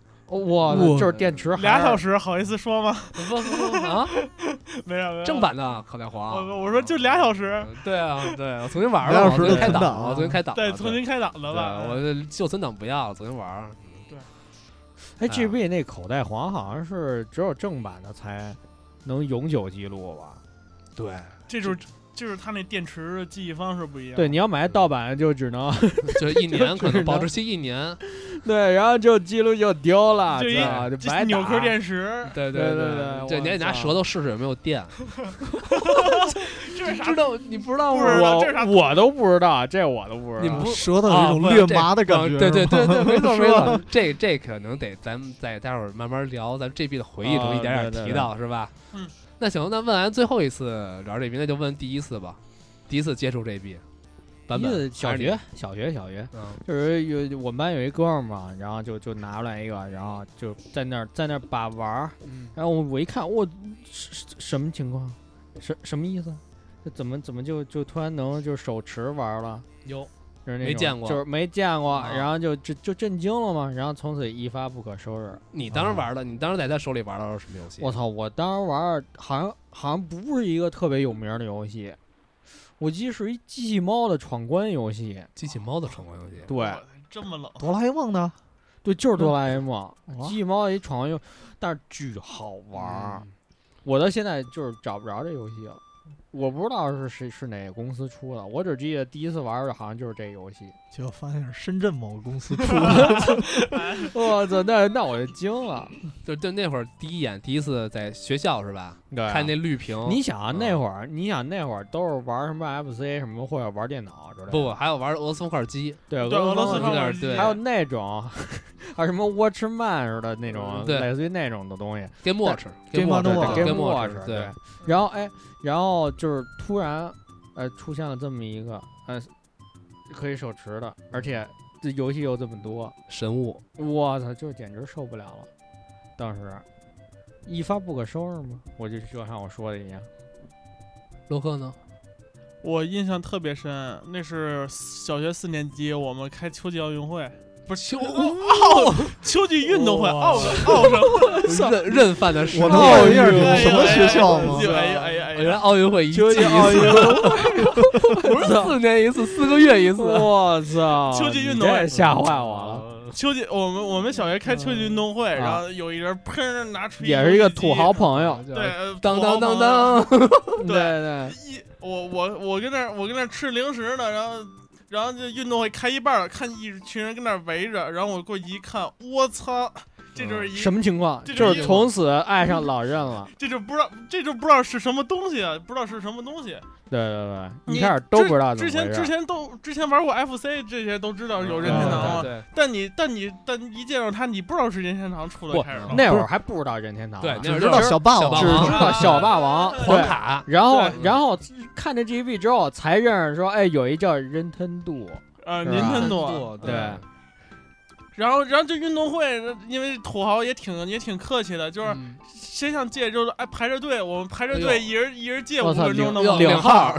哇，我就是电池俩小时时好意思说吗？ 不不不啊，没有没有，正。版的口袋黄。我我说就俩小时，嗯对啊，对啊，我曾经玩儿俩了，小时我的昨天开存档档了，我昨天开档了，对，重新开档了啊对吧？哎我这旧存档不要了，昨天玩儿。哎哎，GB 那口袋黄好像是只有正版的才能永久记录吧？对，这就是就是他那电池的记忆方式不一样。对，你要买盗版就只能就是一年可能保质期一年。对，然后就记录就丢了，就一知啊道吧就白这纽打扣电池，对对对对对对，你得拿我操舌头试试有没有电。这是啥知？道你不知道不吗？知道这是啥我我都不知道，这我都不知你道不。舌头有啊一种不是略这麻的感啊觉，对对对对，没错没是吧错，这这可能得咱们再待会儿慢慢聊，咱们 GB 的回忆中啊一点对对点提到，是吧？嗯，那行，那问完最后一次聊这 b 那就问第一次吧，第一次接触 GB 版一本个，小还是学你，小学，小学，嗯，就是有有我们班有一哥们儿嘛，然后就就拿出来一个，然后就在那儿在那儿把玩儿，嗯然后我我一看，我什什什么情况？什什么意思？这怎么怎么就就突然能就手持玩儿了？有就是那没种见过就是没见过，啊然后就就就震惊了嘛，然后从此一发不可收拾。你当时玩的，你当时在他手里玩的是什么游戏？我操！我当时玩儿好像好像不是一个特别有名儿的游戏，我记得是一机器猫的闯关游戏。机器猫的闯关游戏，对我这么冷， 哆啦 A 梦呢？对，就是哆啦 A 梦，哇机器猫一闯关游，但是巨好玩儿。嗯我到现在就是找不着这游戏了，我不知道是谁是哪个公司出的，我只记得第一次玩儿的好像就是这游 戏。结果发现是深圳某个公司 出的，我操！那那我就惊了。就就那会儿第一眼第一次在学校是吧？对啊看那绿屏，你想啊嗯那会儿，你想那会儿都是玩什么 FC 什么或者玩电脑之类的，不还有玩俄罗斯方块机，对对俄罗斯有方点块儿对还有那种，还有什么 Watchman 似的那种，对类似于那种的东西 Game Watch。 Game on the 对 Watch Game Game Watch， Watch，对，然后哎，然后就是突然呃出现了这么一个呃可以手持的，而且这游戏又这么多，神物，我操，就是简直受不了了，当时一发不可收拾嘛，我就就像我说的一 样，洛克呢？我印象特别深，那是小学四年级，我们开秋季奥运会，不是秋奥秋季运动会，哇奥奥什 么？认认犯的是我能吗问一下你哎呦们什么学校吗哎？呀哎呀哎呀哎原来呀！奥运会一季一次， 不是四年一次，四个月一次。 我操，秋季运你动这会吓坏我了。秋季，我们我们小学开秋季运动会，然后有一人砰拿出也是一个土豪游戏朋友，机，对，，呃当当当，土豪朋友对当，对对，一我我我跟那儿我跟那儿吃零食呢，然后然后这运动会开一半儿，看一群人跟那儿围着，然后我过去一看，我操，这就是一、什么情况？这就就是是从此爱上老任 了。这就不知道这就不知道是什么东西啊，不知道是什么东西。对对对，你一开始都不知道怎之么前回之事。前都之前玩过 FC 这些都知道有任天堂啊，对但你但你但一见到它，你不知道是任天堂出的不开始的。那会儿还不知道任天堂啊，对那会儿只知道小霸小霸啊王只王知道小霸王啊黄对。卡，然后对，然后看着 GB 之后才认识说，哎，有一叫任天度，啊，是吧您任很多。多对，嗯然后然后这运动会，因为土豪也挺也挺客气的，就是嗯谁想借就是哎排着队，我们排着哎队，呦一人一人借我五操，分钟领的嘛，领号，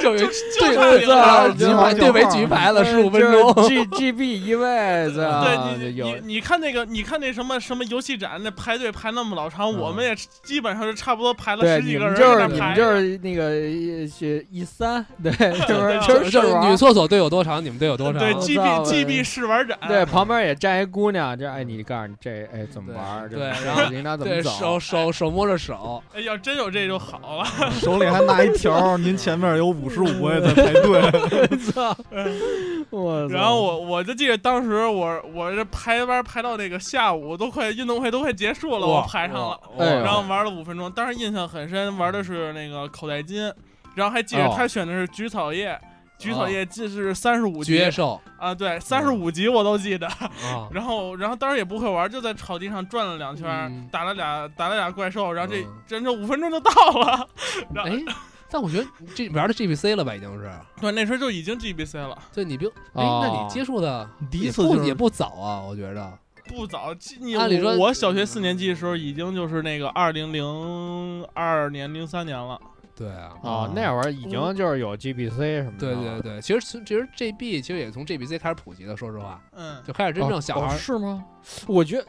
就有一就差对领号对举牌对为举牌了十五分哎就是钟， G GB 一位子，啊 对你有你你看那个，你看那什么什么游戏展，那排队排那么老长，嗯我们也基本上是差不多排了对十你几个们人就在是那你排们着。就是那个一是一三， 对，就是 就就是试就是玩女厕所队有多长，你们队有多长？对我，G 操 B G B 试玩展，对，旁边也站一姑娘，这哎，你告诉你这哎怎么玩儿？对这然后领导怎么对，走手？手手摸着手，哎，要真有这就好了。手里还拿一条，您前面有五十五位在排 队，操！ 我操然后嗯我我就记得当时我我这排班排到那个下午都快运动会都快结束了，我排上了，哇哎呦然后玩了五分钟，当时印象很深，玩的是那个口袋金，然后还记得哦他选的是菊草叶，举草叶记是三十五绝级野兽啊，对，三十五级我都记得。 啊，然后，然后当时也不会玩，就在草地上转了两圈，嗯打了俩打了俩怪兽，然后这嗯真这五分钟就到了。 然后哎，但我觉得你这玩的 GBC 了吧，已经是，对，那时候就已经 GBC 了，对你并哎，哦那你接触的你第一也次不就是也不早啊，我觉着不早。你按理说我小学四年级的时候已经就是那个二零零二年零三年了。对啊，啊，那会儿已经就是有 GBC 什么的，对对对，其实从其实 GB 其实也从 GBC 开始普及的，说实话，嗯，就开始真正小孩哦儿是吗？我觉得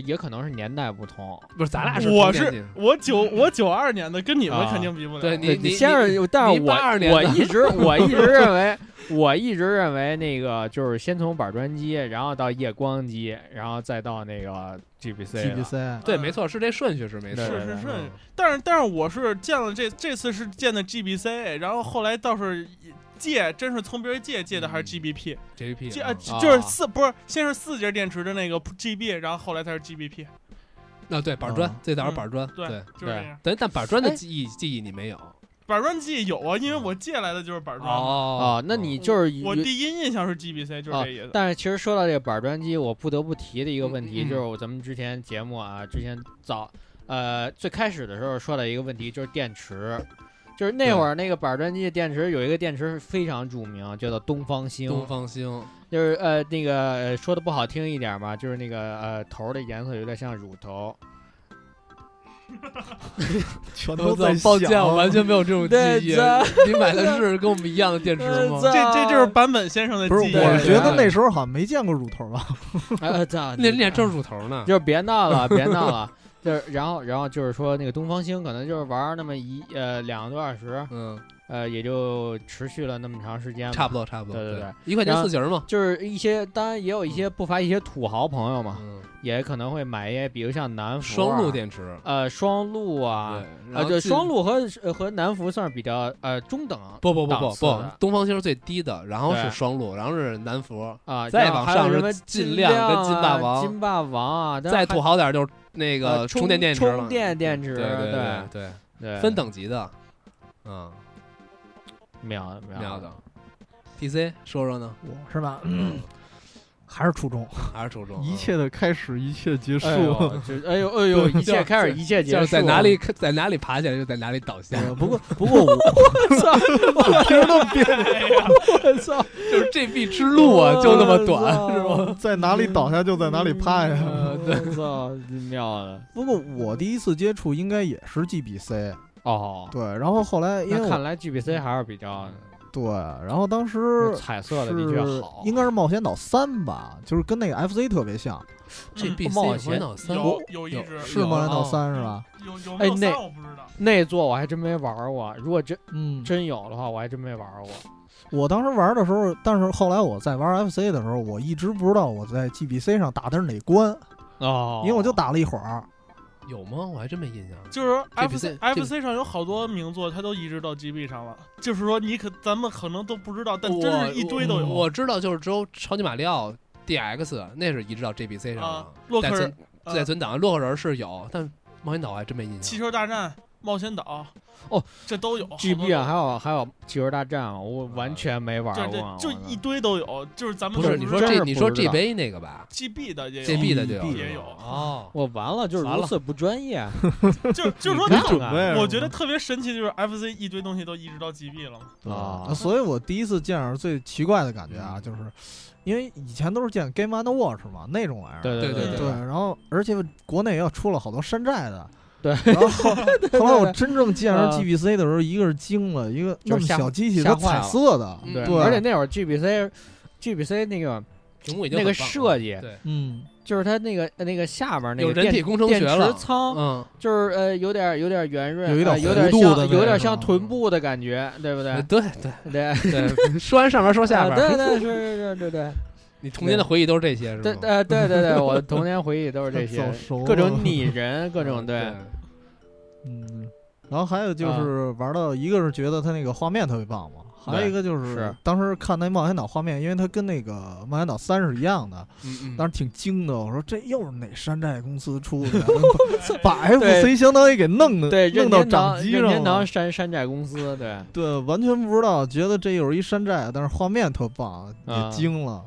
也可能是年代不同，不是咱俩是我同年是纪我九我九二年的，跟你们啊肯定比不了。对你对先是，但是你我82年的我一 直我一直认为，我一直认为那个就是先从板砖机，然后到夜光机，然后再到那个啊 GBC 了。 GBC 对，没错，是这顺序是没对错，嗯是对是对是但是但是我是见了这这次是见的 GBC，然后后来倒是借，真是从别人借借的还是嗯 GBP，、 JP 借、啊啊就是四不是先是四节电池的那个 GB，然后后来才是 GBP，啊对板砖嗯，最早是板砖，对，对，就是这样。但但板砖的哎记忆记忆你没有板砖记忆有啊，因为我借来的就是板砖嘛。哦啊，那你就是我第一印象是 GBC，就是啊这意思。但是其实说到这个板砖机，我不得不提的一个问题，嗯嗯就是我咱们之前节目啊，之前早呃最开始的时候说到一个问题，就是电池，就是那会儿那个板砖机的电池有一个电池非常著名，叫做东方星，东方星就是呃那个呃说的不好听一点嘛，就是那个呃头儿的颜色有点像乳 头，全我操抱歉，我完全没有这种对记忆咱。你买的是跟我们一样的电池吗？这这就是版本先生的不是，记忆。我对觉得那时候好像没见过乳头啊吧？呃咋那脸正乳头呢？就是别闹了，别闹了。 就是，然后，然后就是说，那个东方星可能就是玩儿那么一呃两个多小时，嗯，呃，也就持续了那么长时间吧，差不多差不多。对对对对，一块钱然后四节儿嘛。就是一些，当然也有一些不乏一些土豪朋友嘛，嗯，也可能会买一些，比如像南孚、啊双路，电池呃，双路啊，啊对然呃，后对，进双路和呃和南孚算是比较呃中等啊不不不档不次不的，东方星是最低的，然后是对双路，然后是南孚，啊，再然后往还有上什是么尽尽量跟金啊金霸王金霸王啊，但再是土豪点儿就是那呃个充电电池了，充电电池对对对对还对，对分等级的，嗯，秒的妙秒的。TC 说说呢，我是吧？还是初中，还是初哦中啊一切的开始，一切结束。哎呦，就哎呦哎 呦，一切开始，一切结就束，是在哪里在哪里爬起来就在哪里倒下，呃不过不 过我我操， 就是 GB 之路啊，就那么短，是吧？吧？ 在哪里倒下就在哪里啊趴呀。 我操，妙的嗯不过我第一次接触应该也是 GBC，哦。对，然后后来因为那看我来 GBC 还是比较对，然后当时彩是色的，的确啊好。应该是冒险岛三吧，就是跟那个 FC 特别像， GB 冒三险回到三，有有一只是冒险岛哦三是吧？有有没哎有那三我不知道。那座我还真没玩过，如果真嗯，真有的话，我还真没玩过。我当时玩的时候，但是后来我在玩 FC 的时候，我一直不知道我在 GBC 上打的是哪关，哦，因为我就打了一会儿。有吗？我还真没印象。就是说 GBC FC 这 FC 上有好多名作，它都移植到 GB 上了。就是说，你可咱们可能都不知道，但真是一堆都我有。我知道，就是只有超级马里奥 DX 那是移植到 GBC 上啊了，，洛在克人啊存、在存档，洛克人是有，但冒险岛还真没印汽象。球大战、冒险岛，哦，这都有。 GB 啊，还好有还有气球大战啊，我完全没玩多都过有，。我就这操就一堆都有。就是咱们不就是不是你说真是这不你说知道 GB 那个吧 GB 的也有， ，GB 的就有也有哦。我完了，就是完如了此不专业。就就是说你它，看准看备，我觉得特别神奇，就是 FC 一堆东西都移植到 GB 了嘛。啊啊，所以我第一次见着最奇怪的感觉啊，嗯就是因为以前都是见 Game and Watch 嘛，那种玩意儿。对对对对对，然后而且国内也出了好多山寨的。对然 后后后来我真正见着啊 GBC 的时候，一个是惊了，一个那就是么吓小机器吓它坏彩了色的，嗯对而且那会儿 GBC GBC 那个屏幕已经那很个棒了设计，对，嗯，就是它那个那个下面那有个人体电工程学电池了，舱，嗯，就是呃有点有点圆润，有一点呃有点弧度的像那有点种像臀部的感觉，对不对？对对 对。对，说完上面说 下呃边对儿，对是是是， 对对，你童年的回忆都是这些，是对吗？呃对对对，我的童年回忆都是这些 早，熟了各种拟人，各种嗯对对，嗯嗯，然后还有就是玩到一个是觉得它那个画面特别棒嘛，还有一个就是是当时看那冒险岛画面，因为它跟那个冒险岛三是一样的，嗯嗯，当时挺惊的。我说这又是哪山寨公司出 的呀？把对 FC 相当于给弄的，对，任弄到天掌堂机任天上堂了。山山寨公司，对，对，完全不知道，觉得这又是一山寨，但是画面特棒，也啊惊了。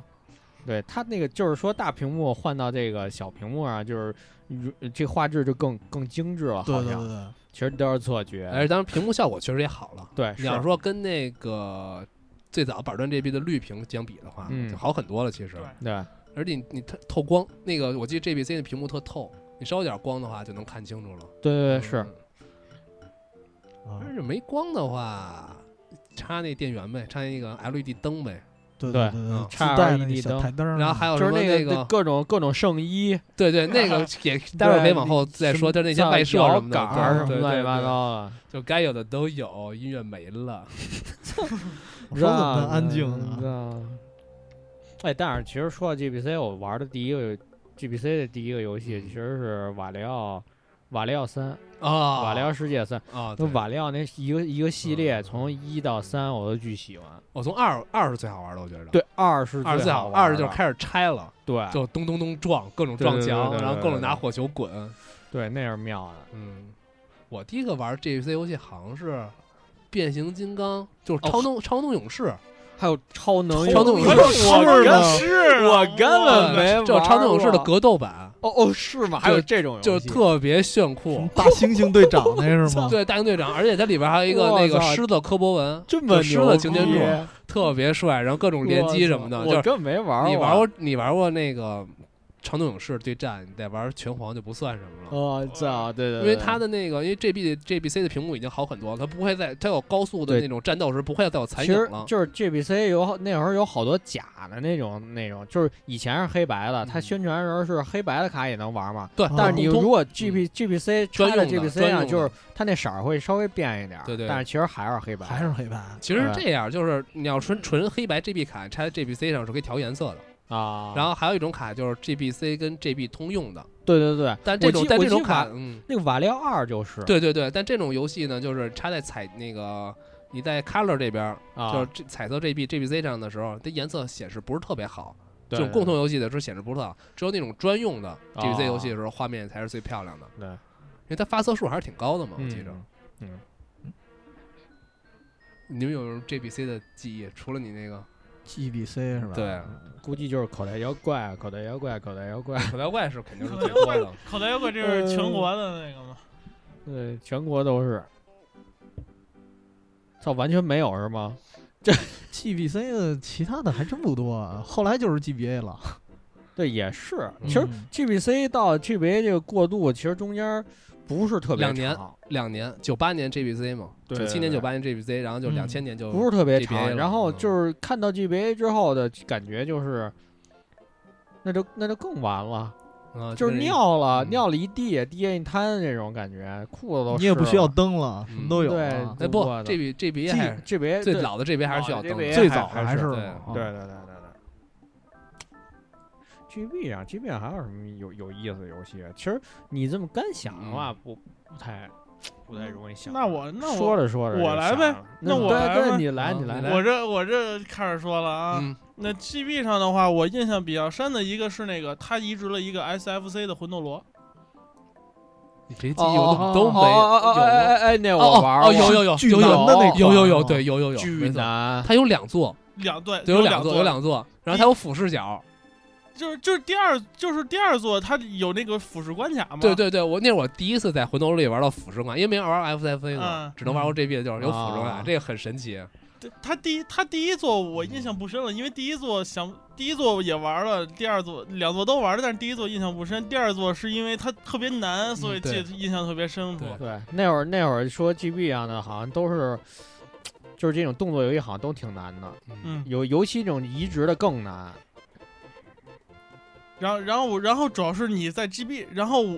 对它那个就是说大屏幕换到这个小屏幕上，就是如这画质就更更精致了，对好对像对对，其实都是错觉。而且当然屏幕效果确实也好了。对，你要是说跟那个最早板砖这边的绿屏相比的话，嗯就好很多了。其实对，对，而且你你透透光，那个我记得 GBC 的屏幕特透，你稍有点光的话就能看清楚了。对对对是嗯，啊但是没光的话，插那电源呗，插一个 LED 灯呗，对对对嗯自带那 XLED 小台灯儿，啊然后还嗯有就什是么那个各种各种圣衣，对 对，那个也待会儿可以往后再说，就是那些外设摇什么杆的，儿什对么对乱对七八对糟的，就该有的都有，音乐没了。啊我说怎么让那么安静啊人呢？呢？哎，但是其实说到 GBC，我玩的第一个 GBC 的第一个游戏其实是瓦雷奥。瓦雷奥三，啊，瓦雷奥世界三，啊，那对瓦雷奥那一个一个系列，嗯从一到三我都巨喜欢。我从二二是最好玩的，我觉得。，对，二是二是最最好好，玩的，二就是开始拆了，对就咚咚咚撞，各种对撞对对墙，对对然后对各种对拿火球滚。对，那是妙的。嗯，我第一个玩 GBC 游戏好像是变形金刚，就是哦超能超能勇士，还有超能超能勇士我是呢我是啊我根本没就玩超能勇士的过格斗版，哦哦是吗？还有这种游戏嗯就特别炫什么酷。大猩猩队长那是 吗？对，大英队长，而且它里边还有一个我那个操狮子科博文，这么有狮牛子逼擎天柱，特别帅，然后各种联机什么的，我就操我是根本没玩你玩过你玩过那个超能勇士对战，你再玩拳皇就不算什么了。我操，哦对对，因为它的那个，因为 GB 的 GBC 的屏幕已经好很多了，它不会在它有高速的对那种战斗时不会再有残其影实了。就是 GBC 有好那会儿有好多假的那种那种，就是以前是黑白的，它嗯宣传的时候是黑白的卡也能玩嘛。哦对，但是你通如果 G B G B C 嗯专插在用 G 的 B C 专上，用就是的它那色儿会稍微变一点儿，对对但是其实还是黑白，还是黑白。其实是嗯这样，就是你要纯纯黑白 GB 卡插在 GBC 上是可以调颜色的，啊。然后还有一种卡就是 GBC 跟 GB 通用的，对对对，但这种我记但我这记种卡瓦，嗯，那个瓦廖二就是对对对，但这种游戏呢，就是插在彩那个你在 Color 这边，啊，就是这彩色 GB GBC 上的时候，它颜色显示不是特别好，这对种共同游戏的时候显示不是特好，只有那种专用的 GBC 哦游戏的时候，画面才是最漂亮的，对因为它发色数还是挺高的嘛，我记着。嗯你们有什么 GBC 的记忆？除了你那个 GBC 是吧？对估计就是口袋妖怪，口袋妖怪，口袋妖怪，口袋妖怪是肯定是最多的，口袋妖怪这是全国的那个吗？对，全国都是。操，完全没有是吗？ ，GBC 的其他的还真不多啊，后来就是 GBA 了。对，也是。嗯其实嗯 GBC 到 GBA 这个过渡，其实中间不是特别两年长两年，九八年 GBC 嘛，对九对七年对九八年 GBC，然后就嗯两千年就不是特别 GBA 长。了然后嗯就是看到 GBA 之后的感觉就是，那就那就更完了，啊，就是那尿了，嗯尿了一地，地下一滩这种感觉，裤子都你也不需要湿灯了，嗯什么都有啊对了。哎不过的这比这比了。还是 G GBA 最对嗯老的 GB 还是需要老的灯 GBA 的，最还早还是是对嘛啊对对对对对对。GB 上，GB 上还有什么有有意思的游戏？啊其实你这么干想的嗯话，不不太不太容易想。呃那我那我说着说着就我来呗想了，嗯那我来对呗对，你来啊哦你来你来我这我这开始说了啊。嗯那 GB 上的话，我印象比较深的一个是那个，它移植了一个 SFC 的魂斗罗，你这些记忆我怎么都没哦哦哦哎哎有？哎哎，那哦我玩儿哦过有有有巨有难有的那有有款有啊对有有有，巨没错，难，它有两座，两对对有两座有两座，然后它有俯视角，就是就是第二就是第二座，它有那个俯视关卡嘛。对，对对，我那会儿第一次在魂斗罗里玩到俯视感，因为没玩 FFA 呢嗯，只能玩过 GB 就是有俯视感，啊这个很神奇。对它第一它第一座我印象不深了，因为第一座想第一座也玩了，第二座两座都玩了，但是第一座印象不深，第二座是因为它特别难，所以嗯记对得印象特别深刻对。对，那会儿那会儿说 GB 上的好像都是，就是这种动作游戏好像都挺难的，嗯，有尤其这种移植的更难。然后然后我然后主要是你在 GB，然后我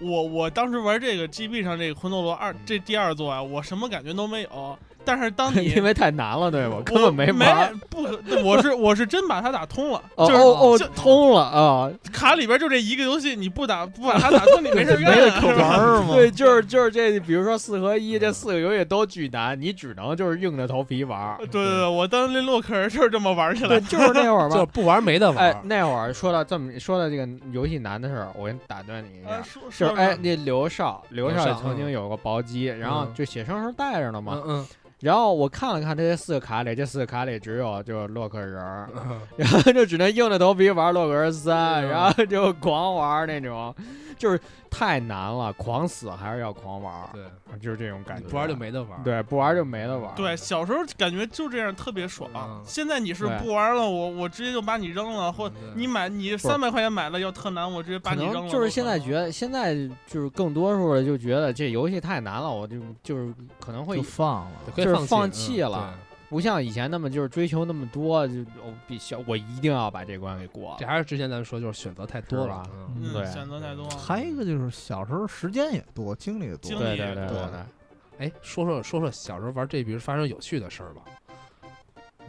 我我当时玩这个 GB 上这个魂斗罗二这第 二座啊，我什么感觉都没有，但是当你因为太难了，对吧？我根本没玩儿。不可我是我是真把它打通了，哦就是哦哦就，通了啊！卡里边就这一个游戏，你不打不把 它打通，你没事干没啊得可玩儿嘛。对，就是就是这，比如说四合一，这四个游戏都巨难，你只能就是硬着头皮玩儿。对对对，我当林洛克人就是这么玩起来对，。就是那会儿就是吧。不玩没得玩哎儿，，那会儿说到这么说到这个游戏难的事儿，我给你打断你一呃下，说就说是哎，那刘少，刘少刘也少曾经嗯有过薄机，然后嗯就写生时候带着呢嘛。嗯嗯然后我看了看这四个卡里，这四个卡里只有就是洛克人儿，嗯， 然后就只能硬着头皮玩洛克人三，嗯然后就狂玩那种，就是太难了，狂死还是要狂玩，对，就是这种感觉。不玩就，没得玩儿。嗯对，不玩就没得玩。对，小时候感觉就这样特别爽。嗯现在你是对不玩了，我我直接就把你扔了，嗯或对你买你是三百块钱买了要特难，我直接把可你扔能了。就是我现可在能觉得，现在就是更多数的就觉得这游戏太难了，我就就是可能会就放了。可就以是放放弃弃了，嗯不像以前那么就是追求那么多，就我必须要我一定要把这关给过对这。还是之前咱说，就是选择太多是了吧。嗯嗯对选择太多了。还有一个就是小时候时间也多，精力也多精，对力也对对多对，哎，说说说说小时候玩这，比如发生有趣的事儿吧。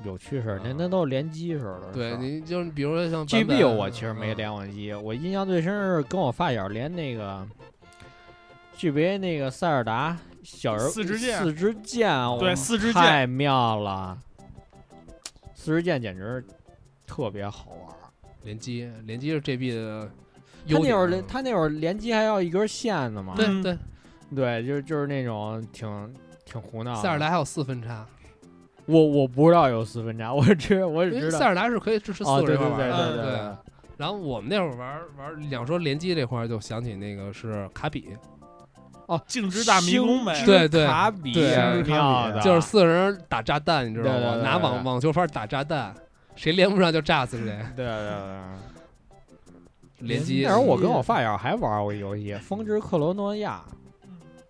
有趣事儿，嗯那那都是联机时候的事儿。对你就是比如说像 G 版 B 本我其实没嗯连过机，我印象最深是跟我发小连那个 G B A 那个塞尔达小人四支箭四支箭，我对四支箭太妙了，四支箭简直特别好玩。联机，联机是 GB 的他优那点会儿嗯连他那会儿联机还要一根线呢嘛，嗯对对，对，就是就是那种挺挺胡闹的。塞尔达还有四分差，我我不知道有四分叉，我只我只因知为塞道尔达是可以支持哦，四个对对人对玩对儿的。嗯对对然后我们那会儿玩玩，两说联机这块儿就想起那个是卡比，静止大迷宫呗星。对对之卡比对是妙的，就是四个人打炸弹，你知道啊对对吗？对拿对网对网球拍打炸弹，谁连不上就炸死 谁。对对对。联机那时候我跟我发小还玩过一游戏《风之克罗诺亚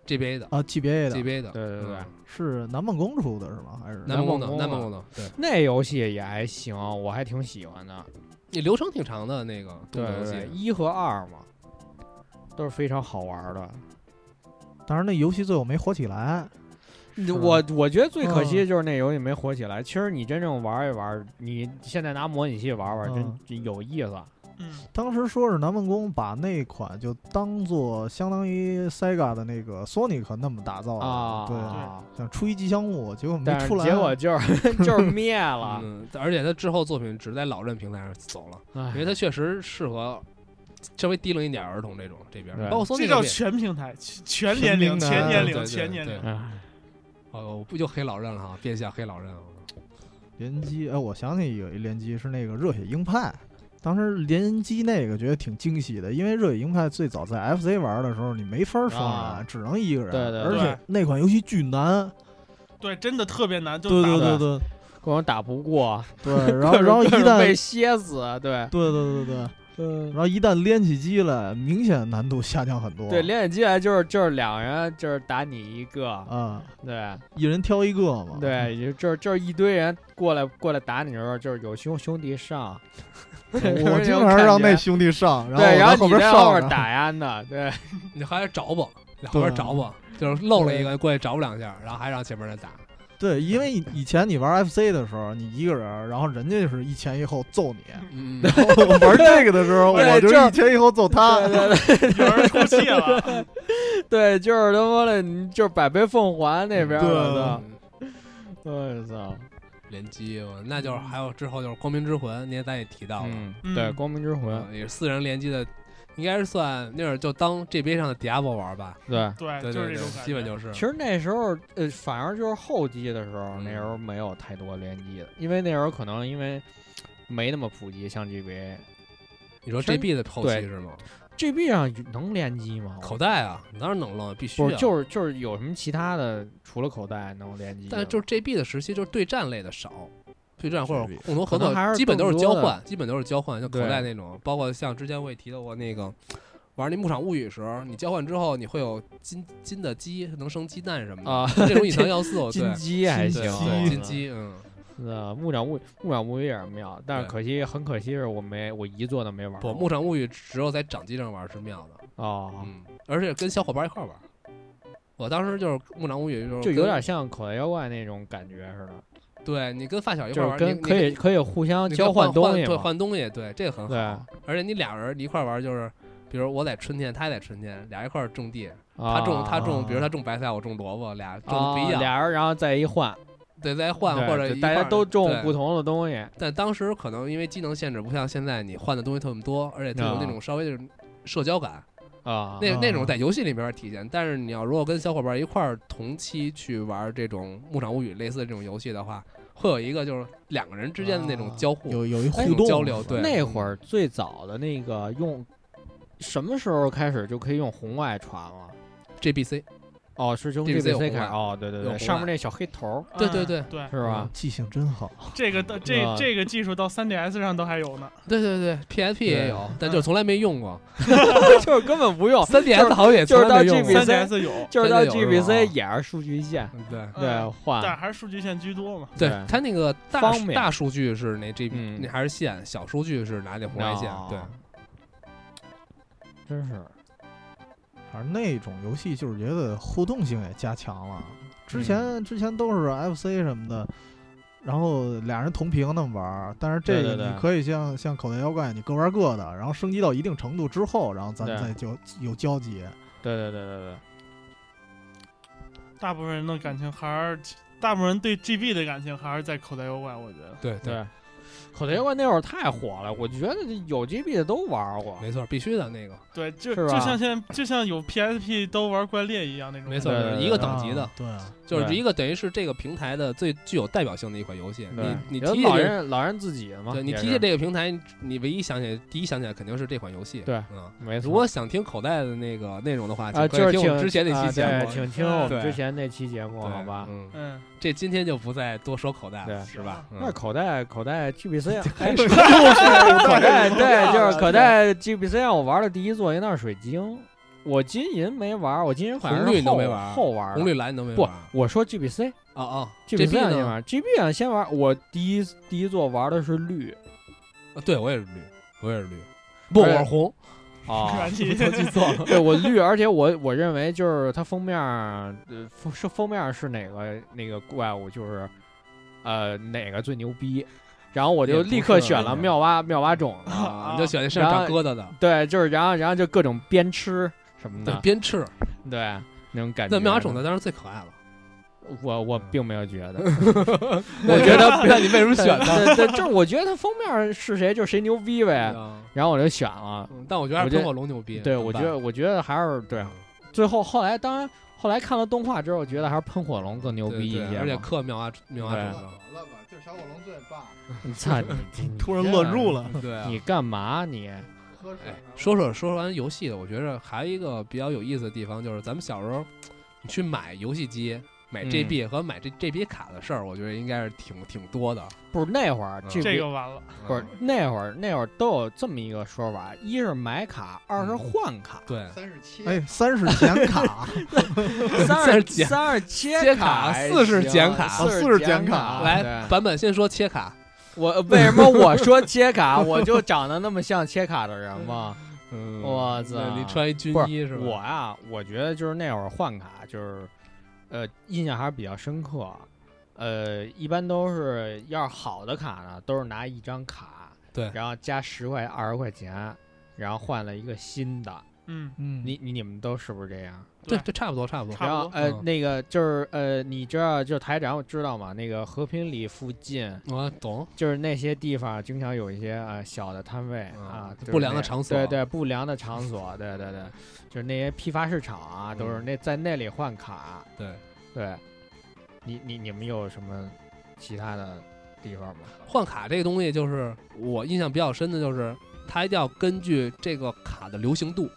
GBA 的啊，GBA 的 GBA 的，对对对嗯是南梦宫出的是吗？还是南梦南的梦南宫梦的，对，》，那游戏也还行，我还挺喜欢的。你流程挺长的那个对动作游对对，戏，一和二嘛，都是非常好玩的。当然那游戏最后没火起来，是我我觉得最可惜的就是那游戏没火起来。其实你真正玩一玩，你现在拿模拟器玩玩，真嗯真有意思。嗯，当时说是南梦宫把那款就当做相当于 Sega 的那个 Sonic 那么打造的啊，哦对，想出一吉祥物，结果没但是出来，结果就是 就是灭了。嗯，而且他之后作品只在老任平台上走了，因为哎，他确实适合稍微低龄一点儿儿童这种这边儿，对包括索这尼嗯叫全平台、全全年全龄、平台全年对对龄、对全年龄。对哎哦，我不就黑老任了哈，变相黑老任啊了。联机，哎，我想起有一联机是那个热血鹰派，当时联机那个觉得挺惊喜的，因为热血鹰派最早在 FC 玩的时候，你没法双啊人，只能一个人，对对而对且那款游戏巨难，对，真的特别难，就对打对不对对对各种打不过，对，然后然后一各种被旦，歇死，对，对对对对，嗯然。后一旦连起机来，明显难度下降很多，对，连眼机来就是就是两人就是打你一个，啊，对一人挑一个嘛，，对， 也就是就是一堆人过来过来打你的时候，就是有兄兄弟上， 我经常让那兄弟上，然后对，我然在后后你边在后边上着。打呀呢，对，你还得找吧，你后边找吧，就是漏了一个过去找两下，然后还让前面人打。对，因为以以前你玩 FC 的时候，你一个人，然后人家就是一前一后揍你， 嗯，我玩这个的时候，对我就就是是一前一后揍他。对，有人出气 了。嗯 对，就是他妈的，你就是百倍奉还那边儿嗯的，我操，联机，我那就是还有之后就是《光明之魂》，那天咱也提到了，嗯，嗯对，光明之魂，嗯也是四人联机的，应该是算那会儿就当 GB 上的 Diablo 玩吧，对。对，对哎就是对这种对，感基本觉就是其。实那时候，呃，反而就是后期的时候，嗯那时候没有太多联机的，因为那时候可能因为没那么普及，像 GBA，你说其实 GB 的后期对是吗？ GB 上能联机吗？口袋啊，当然能了，必须、不啊。是，就是就是有什么其他的，除了口袋能联机的，但是就是 GB 的时期，就是对战类的少，对战或者共同合可能还作，是基本都是更交多的换，基本都是交换，像口对袋那种，包括像之前我也提到过那个。玩那牧场物语时候，你交换之后，你会有金金的鸡，能生鸡蛋什么的，啊，这种隐藏要 素。金哦对，鸡还行，对金鸡，嗯，呃，牧场物牧场物语也是妙，但是对可惜很可惜是我没我一座都没玩不，过牧场物语只有在掌机上玩是妙的，哦，嗯，而且跟小伙伴一块玩。我当时就是牧场物语，就是就跟有点像口袋妖怪那种感觉似的，对你跟发小一块就儿是跟玩，你可以可以互相你交换东西对，嘛，换东西，对，这个很对好。啊，而且你俩人一块儿玩，就是比如我在春天，他也在春天，俩一块儿种地，他种他种，比如他种白菜，我种萝卜，俩种的不一啊样，俩人然后再一换，对，再换对或者就一大家块儿都种对不同的东西，但当时可能因为机能限制，不像现在你换的东西特别多，而且它有那种稍微就是社交感，啊，那啊那种在游戏里面体现。但是你要如果跟小伙伴一块儿同期去玩这种《牧场物语》类似的这种游戏的话，会有一个就是两个人之间的那种交互、有哎有一那互种动交流。对，那嗯会儿最早的那个用什么时候开始就可以用红外传了？ GBC，哦，是从 DVC 有 DVC 红开外始哦，对对有对，红上面外那小黑头对对嗯对对，是吧？记性真好，这个到这啊这个技术到 3DS 上都还有呢。对对对，PSP 也有，但就是从来没用过。嗯 就是根本不用， 3DS 好像也哦就从是来没到用 GB 过。 3DS 有，就是到真的有是吧 GBC 也是数据线，嗯对对，嗯但换还是数据线居多嘛。对对它那个大方数便大数据是那 G，嗯那还是线，小数据是拿那红外线。对，，哦真是反正那种游戏就是觉得互动性也加强了。之嗯前之前都是 FC 什么的，然后俩人同屏那么玩儿，但是这对对个对你可以像像口袋妖怪，你各玩各的，然后升级到一定程度之后，然后咱对再就有交集。对对对对对。大部分人的感情还是，大部分人对 GB 的感情还是在口袋妖怪，我觉得。对对，对，口袋妖怪那会儿太火嗯了，我觉得有 GB 的都玩过。没错，必须的那个。对，就是就吧像现在就像有 PSP 都玩怪猎一样那种没感觉。错，对就是对一个等级的啊，，对啊，就是对一个等于是这个平台的最具有代表性的一款游戏。对你你有提起老这，人老人自己的嘛，对你也提是起这个平台，你唯一想起来，第一想起来肯定是这款游戏。对嗯。没如错果想听口袋的那个内容的话，啊，可就是以听我请们之前那啊期节目对了。请听我对们之前那期节目，对好吧？嗯，嗯，这今天就不再多说口袋了，对是吧？嗯那口袋口袋 GBC 啊还哎是口袋对，就是口袋 GBC 让啊我玩的第一座应该是水晶，我金银没玩，我金银好像红是绿你都后没玩儿后玩的红绿蓝你都没不玩儿，我说 GBC 啊啊 GB 呢上先？玩，GB 上啊先玩。我第一第一座玩的是绿啊对我也是绿，我也是绿，不我而且是红，哦啊，软体我记错 了。对我绿，而且我我认为就是它封面儿，呃，封是封面儿是哪个那个怪物，就是呃哪个最牛逼，然后我也就不立刻是选了那个妙蛙妙蛙 种子，啊，你就选那身上然长后疙瘩的，对，就是然后然后就各种边吃什么对的，鞭笞，对那种感觉。那妙蛙种子，当时最可爱 了。我我嗯并没有觉得，我觉得不那你为什么选 呢？对对，就是我觉得它封面儿是谁就谁牛逼 呗，啊然后我就选了。嗯但我觉得还我是觉喷得火龙牛逼。对，怎么我觉办得，我觉得还是对。最后后来，当然后来看了动画之后，觉得还是喷火龙更牛对逼一对些嘛。而且克妙蛙妙蛙对啊啊种吧就小火龙最棒，你操你你你突然这乱入，了。 子，对啊。你干嘛你？喝哎，说说说完游戏的，我觉着还有一个比较有意思的地方，就是咱们小时候你去买游戏机、买嗯 GB 和买这 GB 卡的事儿，我觉得应该是挺挺多的。不是那会儿嗯这这个个完了，不是嗯那会儿那会儿都有这么一个说法，一是买卡，二是换 卡，对，三十嗯七哎，三十减 卡，三是是减三是切切卡还四是行减卡四四是减减卡来，对版本先说切卡，我为什么我说切卡，我就长得那么像切卡的人吗？嗯我操那你穿一军衣是吧？我啊，我觉得就是那会儿换卡，就是呃，印象还是比较深刻。呃，一般都是要是好的卡呢，都是拿一张卡，对然后加十块二十块钱，然后换了一个新的。嗯，嗯，你你们都是不是这样？对对这差不多差不多。差然不后多呃，嗯那个就是呃，你知道就是台长知道吗？那个和平里附近我懂，就是那些地方经常有一些呃小的摊位嗯啊，就是不良的那场所对对，不良的场所，对对对，就是那些批发市场啊，都是嗯那在那里换卡。对，对，你你你们有什么其他的地方吗？换卡这个东西就是我印象比较深的，就是它一定要根据这个卡的流行度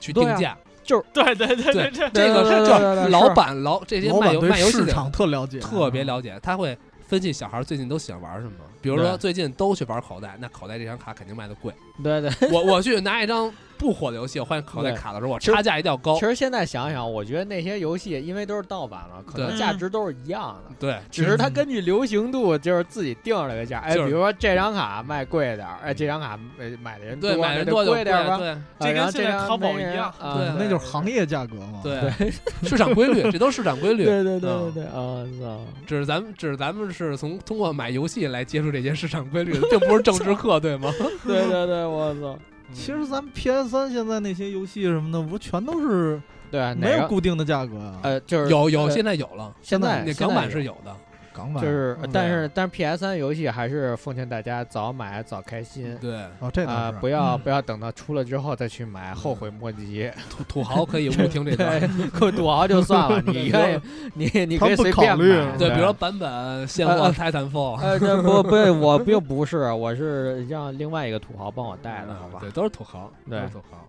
去定对啊价。 对对对对对，对对这个是对对对这是老板老这些老卖板游对卖游戏市的场特了解，啊特别了解，他会分析小孩最近都喜欢玩什么，比如说对最近都去玩口袋，那口袋这张卡肯定卖的 贵。对对，我我去拿一张不火的游戏，我换口袋对卡的时候，我其实差价一定要高其。实现在想想，我觉得那些游戏因为都是盗版了，可能对价值都是一样的，对，只是它根据流行度就是自己定了个价。哎，嗯就比是如说这张卡卖贵点儿，哎，这张卡呃买的人对，买那人就多就贵点儿吧。对这啊跟然后现在张淘宝没人一样啊对那就是行业价格嘛。，对， 市场规律，这都是市场规律。对对对嗯对对啊！操，只是咱们，只是咱们是从通过买游戏来接触这些市场规律的，并不是政治课，对吗？对对对，我操，其实咱们 PS 三现在那些游戏什么的，不全都是对啊哪没有个固定的价格啊？呃，就是有有，呃现在有了，现在那现港版在是有的。港版就是呃嗯，但是但是 PS 三游戏还是奉劝大家早买早开心。对，哦，这倒啊、是不要不要等到出了之后再去买，后嗯悔莫及。土土豪可以勿听 这段。对，土豪就算了，你可以你你可以他不随考便虑买。啊对，比如说 版本现货呃 Titanfall，呃，这不不，我并不是，我是让另外一个土豪帮我带的，好吧？嗯对，都是土豪，对嗯都是土豪。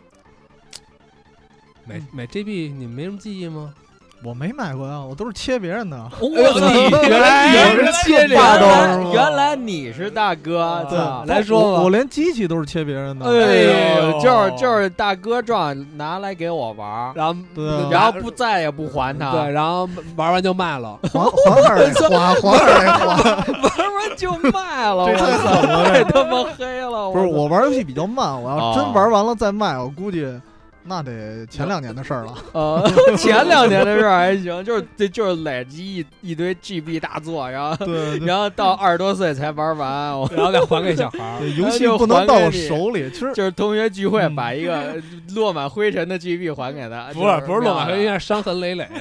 买买 GB，你们没什么记忆吗？我没买过啊呀，我都是切别人的。哎我原来有人切这原大个，刀是来吗原来你是大哥，对操！来说吧哦我我连机器都是切别人的。哎哎呦，呦就是就是大哥撞拿来给我玩儿，然后对 啊然后不再也不还他，对，然后玩完就 卖了。还还还得花，还还得花。玩完就卖了，我这太操，狠了太他 妈黑了！不是操我玩游戏比较慢，我要哦真玩完了再卖，我估计那得前两年的事儿了。 呃，前两年的事儿还行，就是这就是累积一一堆 GB 大作，然后 对对然后到二十多岁才玩完，我 然后再还给小孩儿，对，游那戏就不能还到给我你手里。其实就是同学聚会嗯把一 个落满灰尘的 GB 还给他，不是不是乱买，有灰尘，点伤痕累累，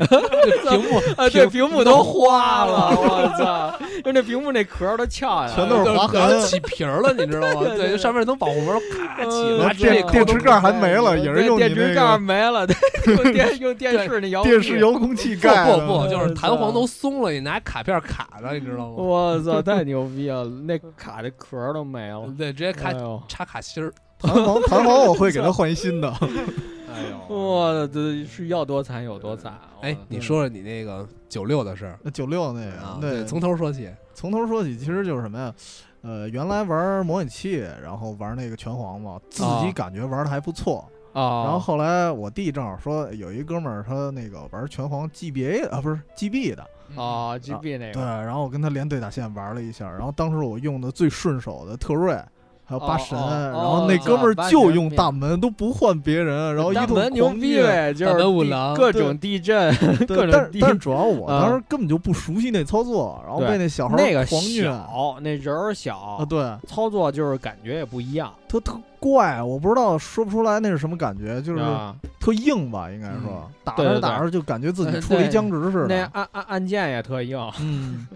这屏幕啊，对，屏幕都花了，我操，就那屏幕那壳儿都翘下来了，全都是划痕然后起皮儿了，你知道吗？对对对，对上面从保护膜咔起呃了，我知这这道抠电都池盖还没了，也是用电你池那盖儿个没了，对 用电用电视那遥控电器视遥控器盖的。不不不，就是弹簧我操都松了，你拿卡片卡着，你知道吗？ 我操，太牛逼了！那卡的壳儿都没了，嗯对，直接哎卡呦，插卡芯儿。弹簧弹簧我会给他换一新的。哎呦，哇，这是要多惨有多惨！啊嗯哎我，你说说你那个九六的事儿九六那啊个，？对，从头说起。从头说起，其实就是什么呀？呃，原来玩模拟器，然后玩那个拳皇嘛，自己感觉玩的还不错。啊，然后后来我弟正好说，有一哥们儿他那个玩拳皇 GBA 的啊，不是 GB 的，啊，GB 那对。个然后我跟他连对打线玩了一下，然后当时我用的最顺手的特瑞。还有八神，哦哦然后那哥们儿就用大门，都不换别人，然后一大通门牛狂逼虐 呗，就大是门五地郎各种地震，各 对，种但地但主要我啊当时根本就不熟悉那操作，然后对被那小孩那个儿狂虐啊，小，那人儿小，对，操作就是感觉也不一样，特特怪，我不知道说不出来那是什么感觉，就是吧？特硬吧，应该说打对嗯对着打着就感觉自己呃出了一对僵直似那的，按按按键也 特硬，嗯，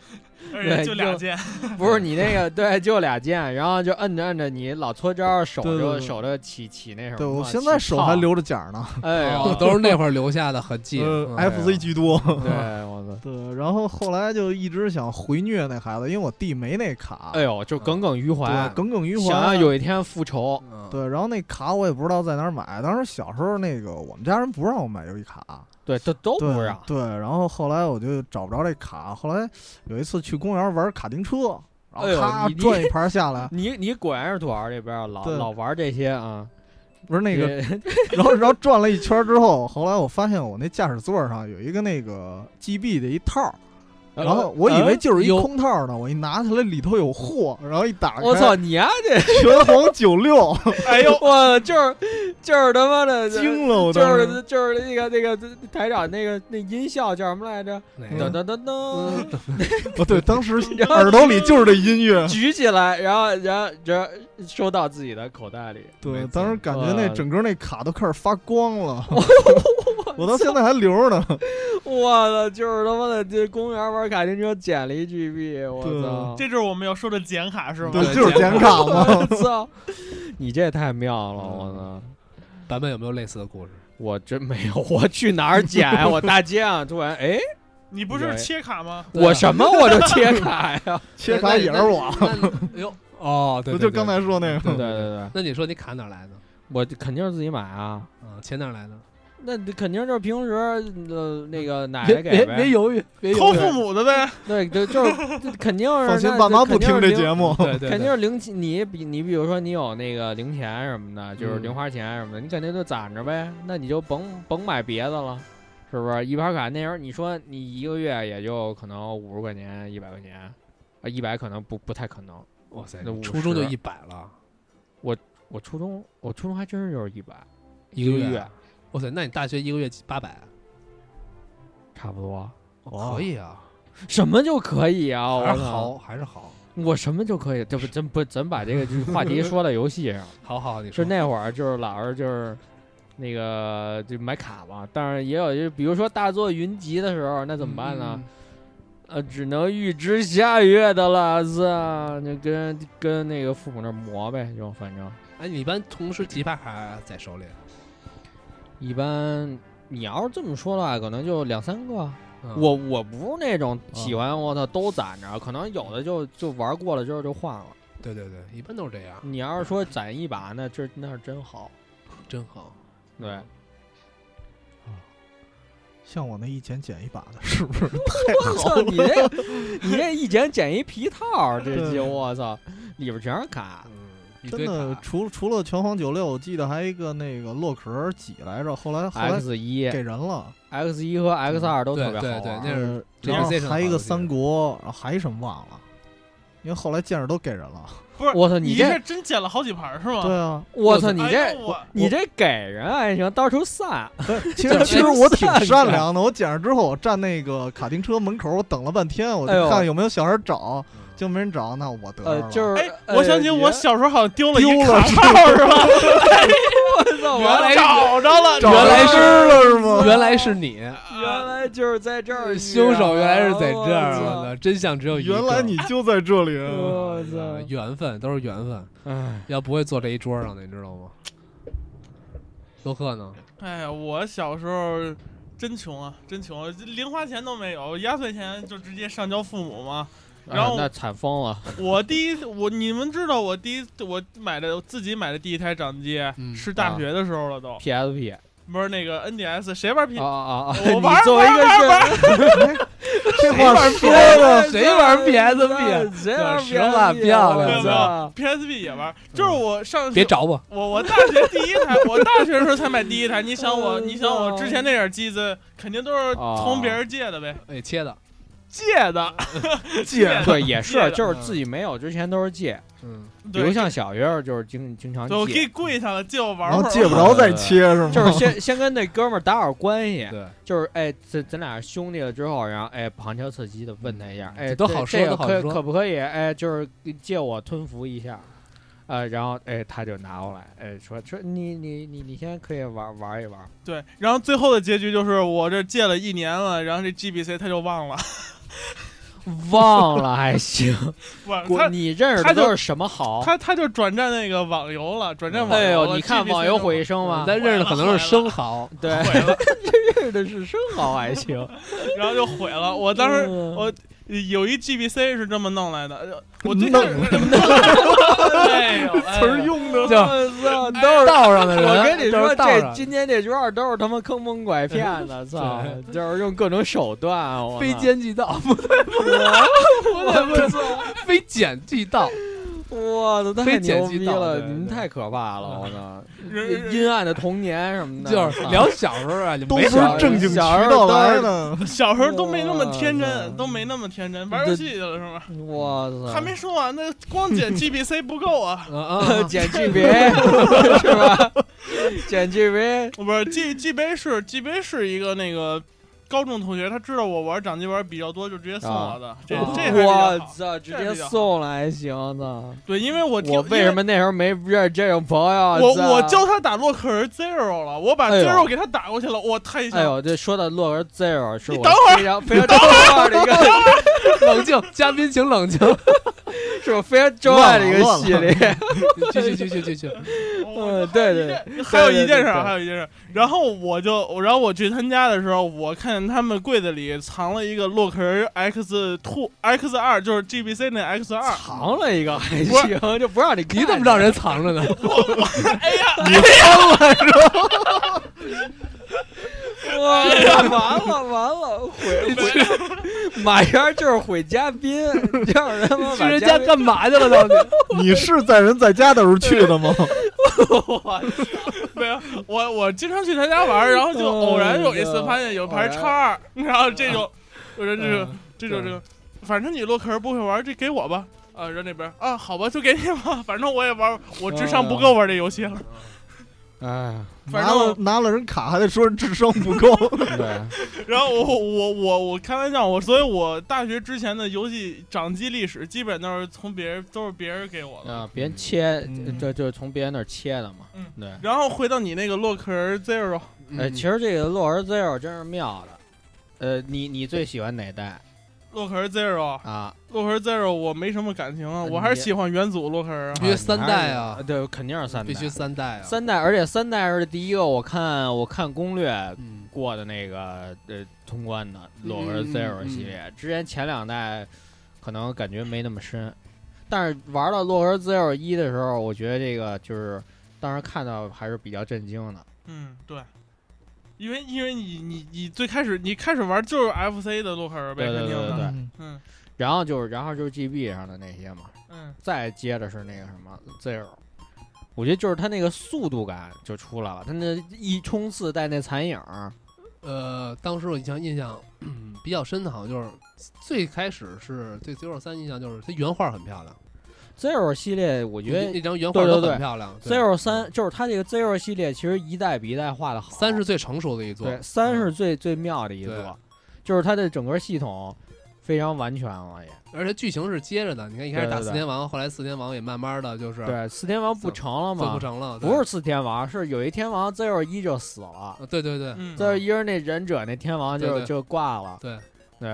而且对就俩就键，不是你那个对，就俩键，然后就摁着摁着你老搓招，手对对就对手就起起那什么嘛。对我现起在手泡还，留着茧儿呢，哎 呦，都是那会儿留下的痕迹。呃嗯哎 FC 居多，对，我操，对，然后后来就一直想回虐那孩子，因为我弟没那卡哎，呦，就耿耿于怀啊对，，耿耿于怀，想要有一天复仇，嗯对，然后那卡我也不知道在哪儿买，当时小时候那个我们家人不让我买游戏卡，对，都都对不让。对，然后后来我就找不着这卡，后来有一次去公园玩卡丁车，然哎呦后咔你转一盘下 来，你你果然是土豪这边儿老对老玩这些啊，不是那个，也然后然后转了一圈之后，后来我发现我那驾驶座上有一个那个 GB 的一套儿，呃然后 我以为就是一有空套儿呢，我一拿起来里头有货，然后一打开，呃我操你丫这，拳皇九六，哎呦，我就是就是他妈的惊了我就当时，是就是那个那个台长那个那音效叫什么来着？哪噔噔个噔噔， 哦对，当时然后耳朵里就是这音乐，举起来，然后然后然后收到自己的口袋里。对，当时感觉那哇整个那卡都开始发光了，我到现在还留着呢。我操，就是他妈的这公园玩卡丁车捡了一 GB，我对操！这就是我们要说的剪卡是吗？对，对就是剪剪卡嘛。 我操！你这也太妙了，我操！版本有没有类似的故事？我真没有，我去哪儿捡呀？我大街上突然，哎，你不是切卡吗？对啊我什么我都切啊卡 呀！切卡也是我，那你。哎呦，哦，对，不对就对刚才说那个对对对，那你说你卡哪儿来的？我肯定是自己买啊！嗯，钱哪儿来的？那肯定就是平时呃那个奶别奶别给别呗，犹豫，别抠犹豫，父母的呗，对，就就是就肯定是放心那，爸妈就不听这 节目。对对，肯定对是零钱，你比你比如说你有那个零钱什么的，就是嗯零花钱什么的，你肯定就攒着呗，那你就甭甭买别的了，是不是？一盘卡那时候你说你一个月也就可能五十块钱、一百块钱，啊，一百可能不不太可能。哇 塞，那哎你50初中就一百了，我初中我初中还真是就是一百，一个一个月啊月，哇塞，那你大学一个月八百，差不多。哇可以啊，什么就可以啊？我还是操好，还是好，我什么就可以，这不真不咱把这个就是话 题说到游戏上，好好，你是说那会儿就是老是就是那个就买卡嘛，但是也有就比如说大作云集的时候，那怎么办呢？？嗯呃，只能预支下月的了，是啊，就跟跟那个父母那儿磨呗，就反正嗯哎，你一般同时几把卡在手里？一般。你要是这么说的话，可能就两三个。嗯我我不是那种喜欢我操都攒着，可能有的就就玩过了之后就换了。嗯对对对，一般都是这样，你要是说攒一把，那这那是真好。真好。对，像我那一捡捡一把的，是不是太我好 操了？你这你这一捡捡一皮套儿，这对就我操，里边全是卡。嗯，一真堆的，卡，除除了拳皇九六，我记得还有一个那个洛克儿几来着，后来后来 X 一、给人了。 X 一和 X 二都对特别好啊对玩。对那是 呃，这然后是 C 上还有一好个的三国，然后还什么忘了，因为后来剑士都给人了。不是我操，你你这这真捡了好几盘是吗？对 啊，我操，你哎这呦我你这给人还行，到处散。其这实其实真我挺善善良良的，我捡着之后，我站那个卡丁车门口，我等了半天，我哎呦就看有没有小孩找，嗯就没人找，那我得呃，就是是哎，我想起我小小时候好像丢了一丢了卡套是吧？原来找着 了，找原原来来是是了是吗？原来是你，原来就是在这 儿遇上凶了，手原来是在这儿，我我操，操真相只有一个。原来你就在这里啊。我啊操！缘分都是缘分，哎，要不会坐这一桌上的，你知道吗？洛克呢？哎呀，我小时候真穷啊，真穷、啊，零花钱都没有，压岁钱就直接上交父母嘛。然后啊那惨疯了。我第一，我你们知道我第一我买的我自己买的第一台掌机、嗯是大学的时候了都， PSP 不是那个 NDS，谁玩 P？、啊啊啊！我你玩作为一个玩玩玩人这话 说的，谁玩 PSP 谁玩 PSP？十万漂亮没有没有我 PSP 也玩，就是我上次别找我，我我大学第一台，我大学的时候才买第一台。你想我，嗯你想我之前那点机子，肯定都是哦从别人借的呗，哎，切的，借的，借操的。对，也借是的，就是自己没有之前都是借，嗯，比嗯对如像小月儿就是经经常对我给借，跪下了，借我玩然会后儿。借不着再切是吗？就是先先跟那哥们儿打好关系，对，就是哎，咱咱俩是兄弟了之后，然后哎旁敲侧击的问他一下，哎，这都这好说这都个好可说可不可以？哎，就是借我吞服一下。呃，然后哎，他就拿过来，哎，说说你你你你先可以玩玩一玩，对，然后最后的结局就是我这借了一年了，然后这 GBC 他就忘了，忘了还行，忘我他你认识他的就都是什么好？他他就转战那个网游了，转战网哎游呦，了。你看 GBC 网游啊回声吗？咱认识的可能是生蚝，对，毁了，认识的是生蚝还行。然后就毁了。我当时嗯我有一 GBC 是这么弄来的，我最弄开始 哎呦哎词呦儿用的就我操， 都是。道上的人，我跟你都说，是道这上今天这圈儿都是他妈坑蒙拐骗的，操！就是用各种手段，我非操奸即盗，不对不对，不对不对，非奸即盗，我操，太非奸牛即逼盗了，对你们对太可怕了，我操！人人阴暗的童年什么的，就是操聊小时嗯候啊，就都没不少是正经渠道来的，小时候都没那么天哇真，都没那么天真，玩游戏去了是吗？我操，，还没说完，那光捡 GBC 不够啊！啊啊捡 GBA 是吧？ 捡 GBA，不是 G GBC 是 GBC 是一个那个高中同学，他知道我玩掌机玩比较多，就直接送我的。这这还比啊我较好。操，直这还接比较好送了还行呢。对，因为我听我为什？么那时候没认识这种朋友？因为我操我教他打洛克人 Zero 了，我把哎呦 Zero 给他打过去了，我太哎想呦，这说到洛儿 Zero 是你我等会儿非常非常中二的一个，冷静，嘉宾请冷 静，是我非常中二的一个系 列。继续继续继续，我嗯对对对，还有一件对对事对儿，还有一件事儿。然后我就，然后我去他们家的时候，我看见他们柜子里藏了一个洛克人 X two X 二，就是 GBC 那 X 二。藏了一个还不行，就不让你看你怎么知道人 藏着呢？哎呀，哇，完了完了， 毁毁，马原就是毁嘉宾， 叫人他妈去人把家嘉宾干嘛去了？到 底你是在人在家的时候去的吗？没有，我我经常去他家玩儿，然后就偶然有一次发现有盘叉儿，然后这种，我说这种嗯这种这种，反正你洛克人不会玩儿，这给我吧。啊，人那边儿啊，好吧，就给你吧，反正我也玩儿，我智商不够玩这游戏了。哎，反拿正了拿了人卡，还得说人智商不够。对，然后我我我我开玩笑，我所以，我大学之前的游戏掌机历史基本都是从别人都是别人给我的。啊，别人切，嗯这就是从别人那儿切的嘛嗯，对。然后回到你那个洛克人 Zero，哎，其实这个洛儿 Zero 真是妙的。呃，你你最喜欢哪代洛克人 Zero，啊？洛克人 Zero，我没什么感情啊，你我还是喜欢元祖洛克人啊。必须三代啊啊，对，肯定是三代，必须三代啊。三代，而且三代是第一个我看我看攻略嗯，过的那个呃通关的洛克嗯 Zero 嗯系列，之前前两代可能感觉没那么深，但是玩到洛克 Zero 一的时候，我觉得这个就是当时看到还是比较震惊的。嗯，对，因为因为你你你最开始你开始玩就是 FC 的洛克人呗，对对肯定对的。嗯嗯然后就是然后就是 GB 上的那些嘛，嗯再接着是那个什么 Zero。我觉得就是它那个速度感就出来了，它那一冲刺带那残影儿，呃，当时我印象印象 嗯比较深的，好像就是最开始是对 Zero 三印象就是它原画很漂亮， Zero 系列，我觉那得张原画对对都对很漂亮。对 Zero 三就是它这个 Zero 系列，其实一代比一代画的好。三是最成熟的一座，对，三是嗯最最妙的一对座，就是它的整个系统非常完全了也。而且剧情是接着的。你看一开始打对对对四天王，后来四天王也慢慢的就是对，四天王不成了做不吗？成了，对不是四天王，是有一天王 Zero 一就死了啊，对对对，嗯， ，Zero 一是那忍者那天王对就对就挂了，对对。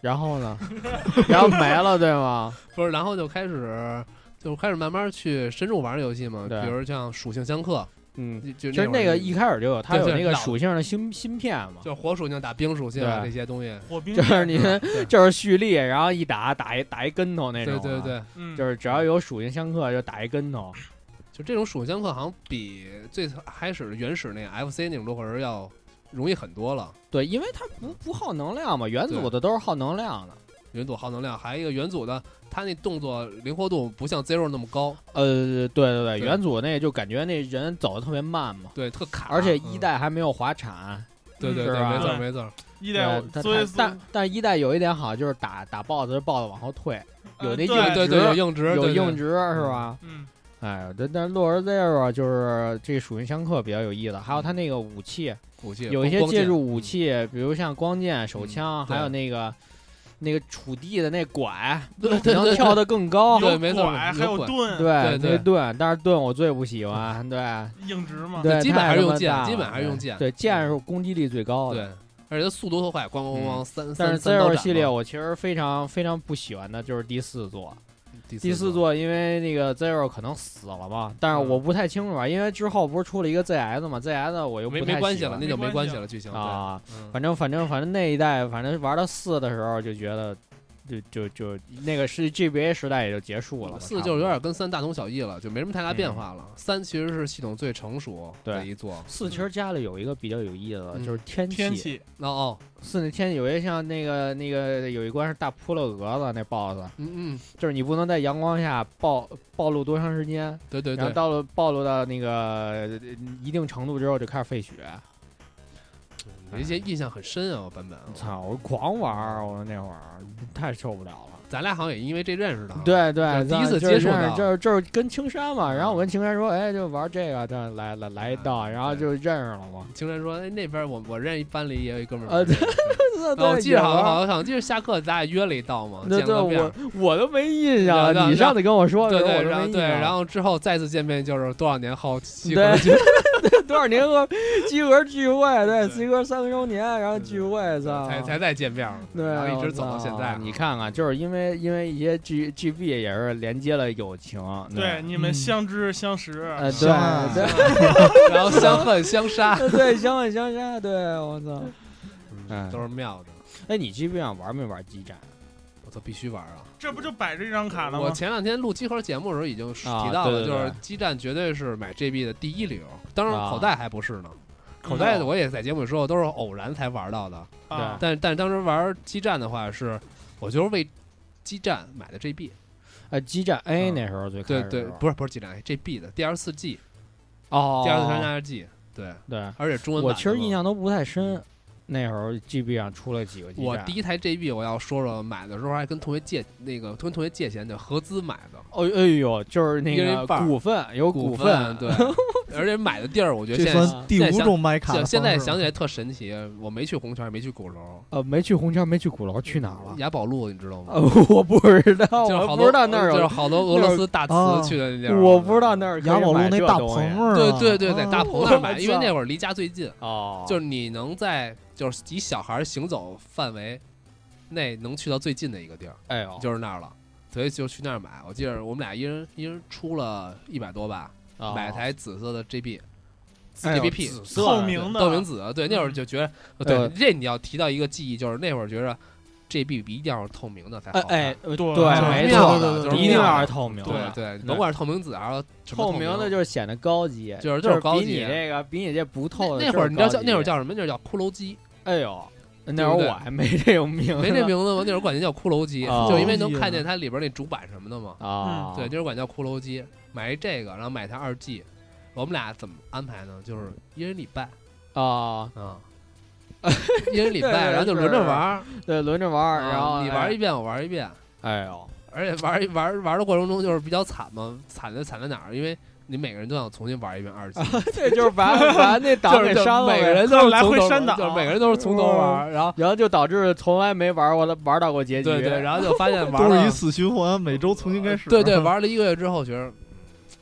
然后呢？ 然后没了，对吗？不是，然后就开始就开始慢慢去深入玩游戏嘛，对比如像属性相克，嗯，就其实就那会儿个一开始就有，它对有对那个老属性的芯芯片嘛，就是火属性打冰属性啊对这些东西，火冰就是你对 就是蓄力，然后一打打一打一跟头那种、啊对对，对，嗯就是只要有属性相克就打一跟头。就这种属性相克好像比最开始原始那个 FC 那种洛克人要容易很多了。对，因为它不不耗能量嘛，元祖对的都是耗能量的。元祖耗能量，还有一个元祖的，他那动作灵活度不像 Zero 那么高，呃，对对对，对元祖那就感觉那人走的特别慢嘛，对，特卡。而且一嗯代啊还没有滑铲。对对是对，吧没错对没错，一对代，，但所以但但一代有一点好，就是打打 BOSS 是 BOSS 往后退，有那呃对硬对直对有硬直，有对硬，直是吧？嗯哎，但但洛儿 Zero 就是这属性相克比较有意思，还有它那个武器，对武器有一些光借剑嗯助武器，比如像光剑、手枪，还有对那个那个杵地的那拐， 对对能对跳得更高。对有没错拐还有有拐对盾，对啊那个盾，但是盾我最不喜欢，对硬直嘛，对，基本还是用太他妈剑大基本了还是用剑嗯对，剑是攻击力最高对的。，嗯而且它速度特快，咣咣咣咣三但三是三刀 Zero 斩系列嘛我其实非常非常不喜欢的就是第四座，第四四座因为那个 Zero 可能死了嘛，但是嗯我不太清楚啊，因为之后不是出了一个 ZS 嘛，ZS 我又没不没太关喜系了，欢那就没没关关系系了剧情，啊，对嗯反正反正反正那一代，反正玩到四的时候就觉得，就就就那个是 GBA 时代也就结束了吧。四就差不是有多嗯点跟三大同小异了，就没什么太大变化了。三其实是系统最成熟的对一座，四其实加了有一个比较有意思的，嗯就是天气。天气哦哦，四那天气有一像那个那个有一关是大扑了蛾子那 BOSS，嗯嗯，就是你不能在阳光下暴暴露多长时间，对对然后对，到了暴露到那个呃一定程度之后就开始废血。有一些印象很深啊，我版本啊，操！我狂玩儿，我那会儿太受不了了。咱俩好像也因为这认识的啊，对对，就是第一咱次就是接触认识到就是就是跟青山嘛，然后我嗯跟青山说，哎，就玩这个，这来来来一道，嗯然后对就认识了嘛。青山说，哎，那边我我认一班里也有一哥们啊儿，对对 对啊我记得好像好像记得下课咱俩约了一道嘛，对见对，了面我儿，我都没印象然了，后你上次跟我说的对时候，我对，然都后没印对，象了。然后之后再次见面就是多少年后西对河剧， 多少年后集合聚会，对，对集合三个周年，然后聚会，操，才才再见面儿，啊对，然后一直我走到现操在，你看看，就是因为因为一些 G G B 也是连接了友情，对，你们相知相识，呃，对相爱对然后相恨相杀，对对，相爱相杀，对我操，嗯 都是妙的。哎，你 G B 上玩没玩激战？我操，必须玩啊！这不就摆着一张卡呢我吗？前两天录集合节目的时候已经提啊到对对了，就是对基站绝对是买 GB 的第一理由，当然啊口袋还不是呢。口袋的我也在节目里说过，都是偶然才玩到的。啊，但但当时玩基站的话是，我就是为基站买的 GB，呃，激战 A 嗯那时候最开对始对时，候不是不是基站 GB 的第二十四 G，哦，第二十三加 G，对，对，而且中文我版的其实嘛印象都不太深，那时候 GB 上出了几个激我战第，一台 GB 我要说说，买的时候还跟同学借，那个跟同学借钱的，合资买的哦哎呦，就是那一人个一半儿股份有份，份，对，而且买的地儿，我觉得这 现在算第现五在想种买卡的现方式现了。在想起来特神奇，我没去红桥，也没去鼓楼，呃，没去红桥，没去鼓楼，去哪儿了？雅宝路，你知道吗？呃，我不知道，就是啊我好不多知道那儿就是有，好多俄罗斯大哦瓷去的那地儿，我不知道那。儿可以雅宝路买那这大东西棚儿啊，对对对，在大棚棚那儿买我的，因为操那会儿离家最近，哦，就是是你能在就是以小孩行走范围内能去到最近的一个地儿。哎呦，就是那儿了，所以就去那儿买。我记得我们俩一人一人出了一百多吧，哦买台紫色的 GB，哎呦 GBP 紫色透的明的，道明紫。对，那会儿就觉得，对呃这你要提到一个记忆，就是那会儿觉着 GB 一定要是透明的才好哎看。哎，呃对对，没妙错的就是一定妙要的是透明对的，对，甭管是透明紫还是什么透明明的就就是显得高级，就是就就是高比你级这个比你这不透的那会儿你知道就是叫高级那会儿叫什么？那会儿叫骷 髅机，哎呦，那对会儿不对我还没这种名字，没这名字吗？那会儿管它叫骷髅机，哦就因为能看见它里边那主板什么的嘛。啊，对，那会儿管叫骷髅机，买一这个，然后买台二 G。我们俩怎么安排呢？嗯就是一人礼拜。啊，啊，一人 礼对对拜，然后就轮着玩儿，对，轮着玩儿，然后啊你玩一，遍，我玩一遍，哎 呦， 而且玩一玩玩的过程中就是比较惨嘛，惨在惨在哪儿？因为你每个人都想重新玩一遍 二级，这就是把 把那档就是给就删了呗，每个人都是来回从头删档就是每个人都是从头玩儿，然后然后就导致从来没玩过的玩到过结局，对对，然后就发现玩都是一了，死循环，每周重新开始。对对，玩了一个月之后觉得。嗯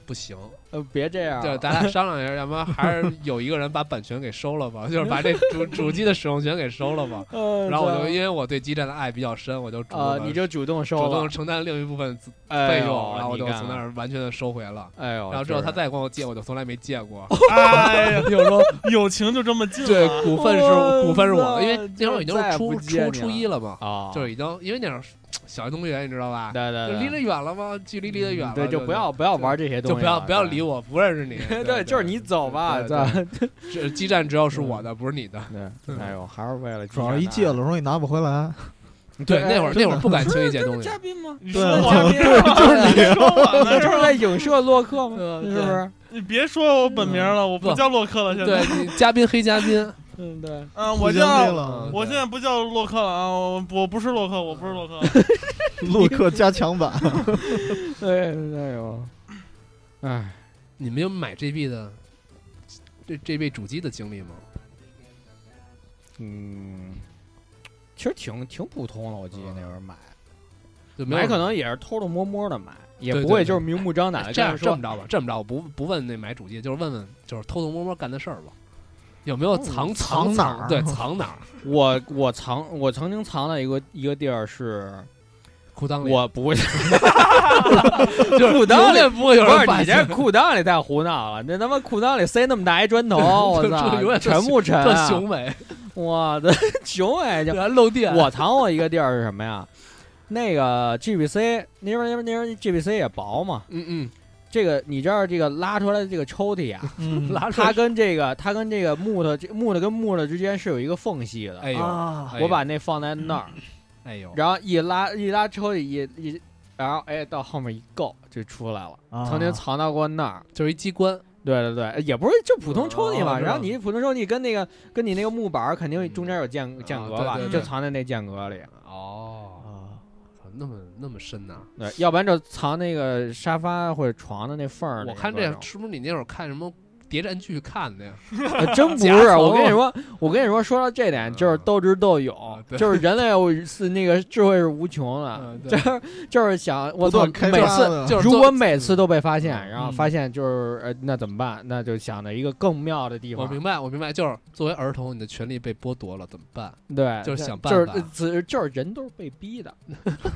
不行，呃，别这样，就是咱俩商量一下，要不然还是有一个人把版权给收了吧，就是把这主主机的使用权给收了 吧。呃，然后我就一因为我对基站的爱比较深，我就主啊，动你地就主动收主了动承担另一部分资哎费呦用，啊然后我你就看啊从那儿完全的收回了。哎呦，然后之后是他再管我借，我哦就从来没 借过。哎呀，就说友情就这么近 对了，股份哇是股份是我的，因为塞那会儿已经再也是不初借初你初一了嘛，啊，就是已经因为那会儿小学同学你知道吧，对对就对，离得远了嘛，距离离得远了，对，就不要不要玩这些东就西，不要不要理。我，不认识你。 对，就是你走吧，嗯对咱对这基站只要是我的，不是你的。对，哎呦，还是为了主要一借了容易拿不回来。对，那会儿那会儿儿不敢轻易借东西。宾 吗？你对说我嘉宾吗，就是说我你呢就是是吧？在影射洛克 吗？呃是不是？你别说我本名了，我不不叫洛克了，现在，对，你嘉宾黑 嘉宾，嗯，对， 嗯，我互相叫黑了 嗯我现在不叫洛克了啊，我我不是洛克，我不是洛克，洛克加强 版，对，哎呦，哎，你们有买 GB 的这 GB 主机的经历吗？嗯，其实挺挺普通的，我记得那会儿买，就没有买可能也是偷偷摸摸的买，也对不对会对就是明目张胆的啊哎这跟样人这说么着吧，这么着，我不不问那买主机，就是问问就是偷偷摸摸干的事儿吧，有没有藏嗯藏哪儿对，藏哪儿？我我藏我曾经藏的一个一个地儿是，裤裆里，我不会， 就是裤裆永里远不会有不人是发你这现，裤裆里太胡闹了，那他妈裤裆里塞那么大一砖 头，我这操这永，远沉不沉特啊？雄伟，我的熊哎，就对还漏电。我藏过一个地儿是什么呀？那个 GBC 那边那边那边 GBC 也薄嘛，嗯嗯，这个你知道这个拉出来的这个抽屉啊，嗯拉出它跟这个它跟这个木头这木头跟木头之间是有一个缝隙的。哎呦，啊，哎呦我把那放在那儿，哎呦，然后一拉一拉抽屉一一，然后哎到后面一够就出来了。啊曾经藏到过那儿，就是一机关，对对对，也不是就普通抽屉嘛。哦知道然后你普通抽屉跟那个跟你那个木板儿肯定中间有间间隔吧，嗯啊对对就对啊藏在那间隔里。哦，啊，操那么那么深呐！对，要不然就藏那个沙发或者床的那缝儿里。我看各这种是不是你那会儿看什么谍战剧看的呀？呃真不是，夹层我跟你说，我跟你说，说到这点就是啊嗯斗智斗啊勇，对就是人类是那个智慧是无穷的嗯，就对是就是想我不操断，开每发次的 就是如做果每次都被发现，嗯然后发现就是呃那怎么办？那就想着一个更妙的地我方，明白，我明白，就是作为儿童，你的权利被剥夺了，怎么办？对，就是想办就是法呃只就是人都是被逼 的，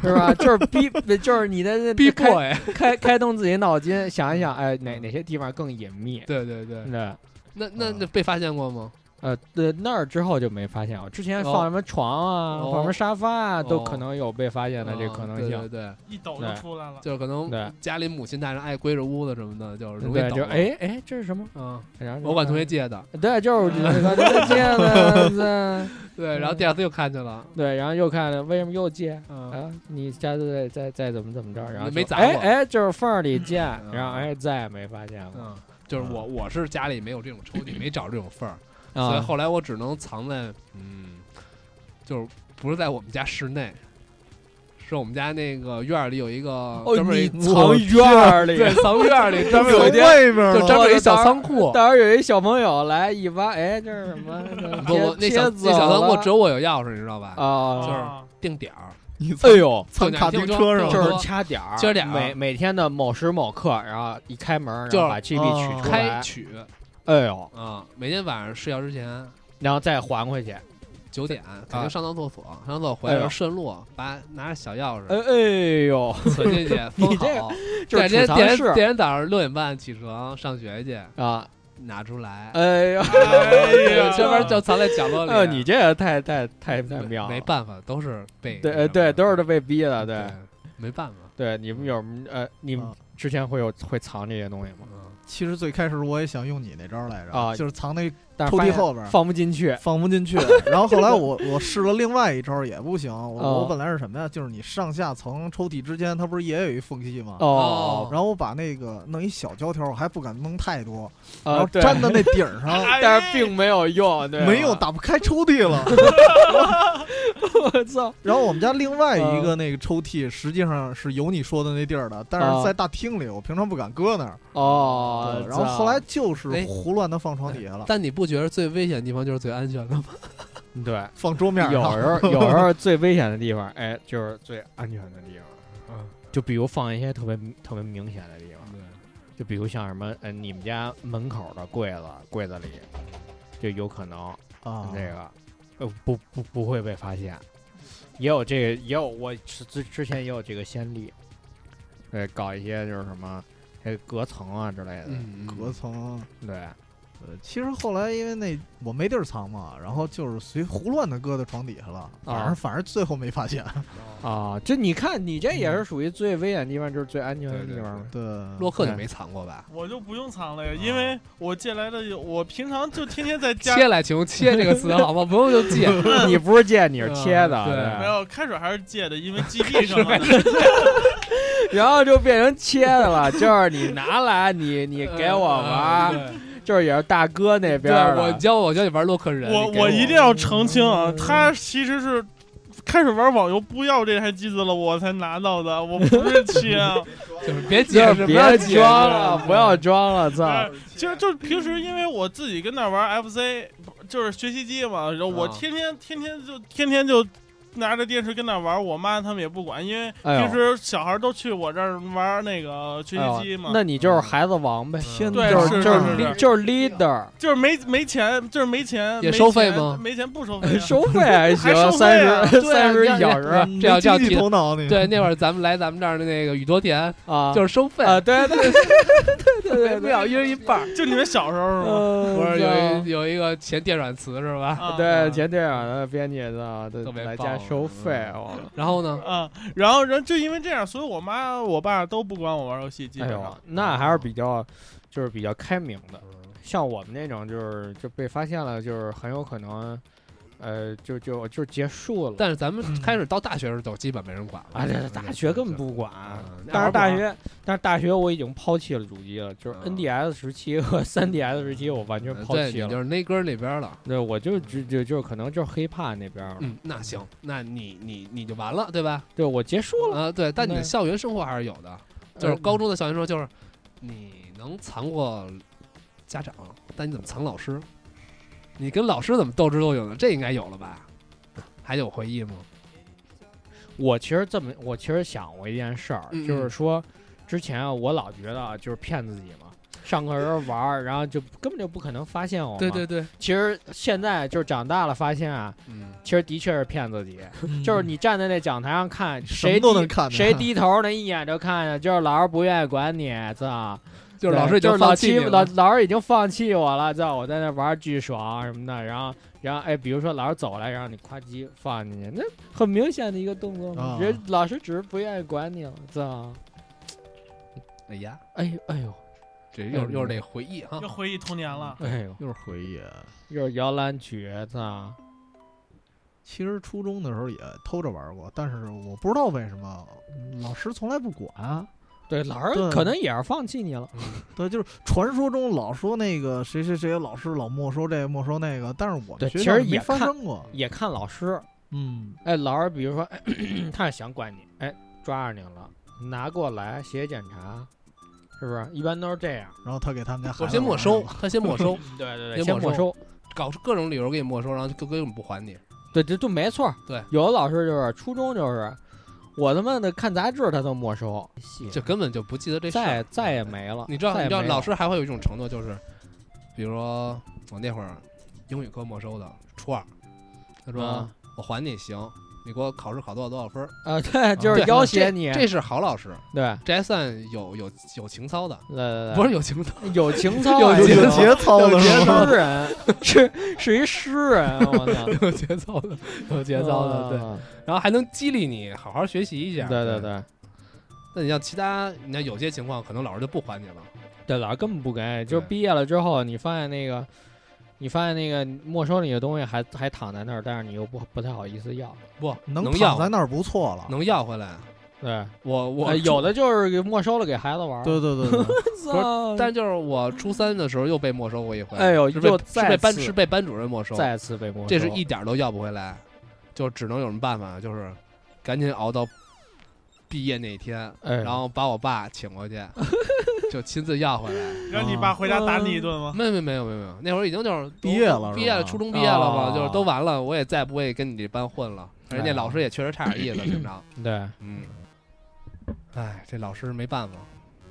是吧？就是逼，呃就是你的逼迫开哎，开开动自己脑筋，想一想，哎，哪哪些地方更隐秘？对对对，对，啊那那那被发现过吗？呃，对，那儿之后就没发现了。之前放什么床啊，哦放什么沙发啊，都哦可能有被发现的这啊可能对性。对对，一抖就对出来了。就是对可能家里母亲大人爱归着屋子什么的，就是容易对，倒就了。哎哎，这是什么？嗯，然后就我管同学借的，对， 就是这个这样子，对，然后嗯第二次又看见了，对，然后又看了，为什么又借？嗯，啊，你下次再再再怎么怎么着，然后你没就砸哎我哎，就是缝儿里见，嗯然后哎再也没发现了嗯，就是我我是家里没有这种抽 屉，没找这种缝儿，嗯所以啊。后来我只能藏在嗯，就是不是在我们家室内，是我们家那个院儿里有一个哦专门有一哦藏院儿里，啊 对藏院儿里 专门有一有间外边就专了，门有一小仓 库。到时候有一小朋友来一挖，哎，这是什么？ 不不，那小那小仓库只有我有钥匙，你知道吧？啊，啊，定点儿，你操哎呦，藏卡丁车上就就是是说掐点儿，掐点儿啊每每天的某时某刻，然后一开门，然就是哦后把 GB 取出开来，取哎呦，啊，每天晚上睡觉之前然后再还回去，九点肯定上趟厕所，上趟厕所回啊哎来呦顺路把拿着小钥哎匙哎呦， 存进去你封这个好。就第是储二天第藏室二天第二天早上六点半起床上学去，啊，拿出来，哎呦，哎 呀，这边就藏在角落里。哎呦，你这个太太太太啊没妙没了，办法，都是被对那呃什么对，的都是被逼的，对对，没办法。对，你们有什么呃，你们啊之前会有会藏这些东西吗？嗯，其实最开始我也想用你那招来着，啊就是藏那但是抽屉发现后边儿放不进啊去，放不进去。 然后后来我我试了另外一招也不行，我、哦我本来是什么呀？就是你上下层抽屉之间，它不是也有一缝隙吗？哦，然后我把那个弄一小胶条，我还不敢弄太多，然啊后对，粘在那顶儿上，哎但是并没有用，对吧，没有打不开抽屉了。 我操， 然后我们家另外一个那个抽屉，实际上是有你说的那地儿的，但啊是在大厅里，我平常不敢搁那儿。哦对，然后啊后来就是哎胡乱的放床底下了，但你不觉得最危险的地方就是最安全的吗？对。放桌面有上。时候有时候最危险的地方，哎，就是最安全的地方。嗯，就比如放一些特别特别明显的地方，就比如像什么，呃，你们家门口的柜子柜子里，就有可能啊，这个，呃，不不不会被发现。也有这个，也有我之之之前也有这个先例，对，搞一些就是什么，呃，隔层啊之类的，嗯，隔层。对，呃，其实后来因为那我没地儿藏嘛，然后就是随胡乱的搁在床底下了，反啊正反正最后没发现。啊，这你看你这嗯也是属于最危险的地方，就是最安全的对对地方对了。对， 洛哎克你没藏过吧？我就不用藏了呀，因为我借来的有，我平常就天天在家。切来，请用“切”这个词好吗？不用就借。你不是借，你是嗯切的，对对没有开水还是借的，因为 GB 上嘛，然后就变成切的了，就是你拿来，你 你给我玩儿，嗯，就是也是大哥那对，边儿我的教我教你玩洛克人，我你给我一定要澄清啊，他其实是开始玩网游不要这台机子了，我才拿到的，我不是切啊。就是别就解是别释，不要解释装了，不要嗯装了，操！哎其实就是平时因为我自己跟那儿玩 FC，不就是学习机嘛，然后我啊天天天天就天天就。拿着电视跟那儿玩，我妈他们也不管，因为哎呦平时小孩都去我这儿玩那个学哎呦习机嘛，那你就是孩子王呗，天对就是就是是是就是 leader，，就是没没钱，就是没钱，也没收费钱吗没钱不收费啊 收费还还行，收费啊三十对 啊三十一你小时这要没这要经济提头脑你对，那会儿咱们来咱们这儿的那个宇多田，啊，就是收费，啊，对对对对每对对，秒一人一半儿。就你们小时候是 吗？呃不是有一有一个前电软词是吧？啊对前电影的编辑的特别来棒家收嗯费，我然后呢？啊，然后人就因为这样，所以我妈我爸都不管我玩游戏，基哎本呦上。，那还是比较，就是比较开明的。像我们那种，就是就被发现了，就是很有可能，呃，就就就结束了。但嗯是咱们开始到大学的时候，都基本没人管了。啊，对，大学根本不管嗯。但是大学，但是大学我已经抛弃了主机了，就是嗯 NDS 时期和 3DS 时期，我完全嗯抛对，弃你就了。是那歌那边了。对，我就就就就可能就是 hiphop 那边儿了。嗯，那行，那你你你就完了，对吧？对，我结束了，呃啊，对，但你对的校园生活还是有的，就是嗯高中的校园生活，就是你能藏过家长，但你怎么藏老师？你跟老师怎么斗智斗勇的？这应该有了吧？还有回忆吗？我其实这么，我其实想过一件事儿，嗯嗯就是说，之前啊，我老觉得啊就是骗自己嘛，上课时候玩儿，然后就根本就不可能发现我。对对，对，其实现在就是长大了，发现啊，嗯，其实的确是骗自己，就是你站在那讲台上看，嗯什谁么都低 能看见谁低头那一眼就看见，就是老师不愿意管你，操。就是老师已就经是老放弃欺你负老了，老师已经放弃我了，在我在那玩儿巨爽什么的，然后然后哎，比如说老师走了，然后你夸叽放进去，那很明显的一个动作嘛啊，人、老师只是不愿意管你了，操！哎呀，哎哎呦这又嗯是又是得回忆哈又，回忆童年了。哎呦，又是回忆。啊又是摇篮曲，操！其实初中的时候也偷着玩过，但是我不知道为什么老师从来不管。对，老师对可能也是放弃你了，对，就是传说中老说那个谁谁谁老师老没收这个没收那个，但是我对们学其校实没也发看生过。也看老师，嗯，哎，老师，比如说， 哎、他是想管你，哎，抓着你了，拿过来写检查，是不是？一般都是这样。然后他给他们家孩子我先没收玩，他先没收，嗯对 对先先没没收。搞出各种理由给你没收，然后就根本不还你。对对对，没错儿。对有的老师就是初中就是，我他妈的看杂志他都没收，就根本就不记得这事再儿。再也没了。你知道，啊再你也知道没老了师还会有一种承诺，就是，比如说我那会儿英语课没收的，初二，他说、啊我还你行，你给我考试考多少多少分儿，啊，对，就是对要挟你。这是好老师，对，这还算有有有情操的，对对对，不是有情操，有 情操有啊，有这节个节操有的节是操吧？诗人，是是一诗人，我操，有节操的，有 节操的，对，嗯然后还能激励你好好学习一下。对对。对。那你像其他，你像有些情况，可能老师就不还你了。对，老师根本不给，就是对毕业了之后，你发现那个，你发现那个没收你的东西还还躺在那儿，但是你又不不太好意思要，不能要躺在那儿不错了。能要回来。对，我我呃有的就是给没收了给孩子玩儿，对对对对，操，但就是我初三的时候又被没收过一回，哎呦是被又是再被班次是被班主任没收， 再次被没收，这是一点儿都要不回来，就只能有什么办法，就是赶紧熬到毕业那一天，哎然后把我爸请过去，就亲自要回 来。让你啊爸回家打嗯你一顿吗？没有没有没有没有没有，那会儿已经就是都毕业了毕是业了，吧初中毕业了嘛，哦就是都完了，我也再不会跟你这班混了。人家老师也确实差点意思，平常，对，嗯，哎，这老师没办法，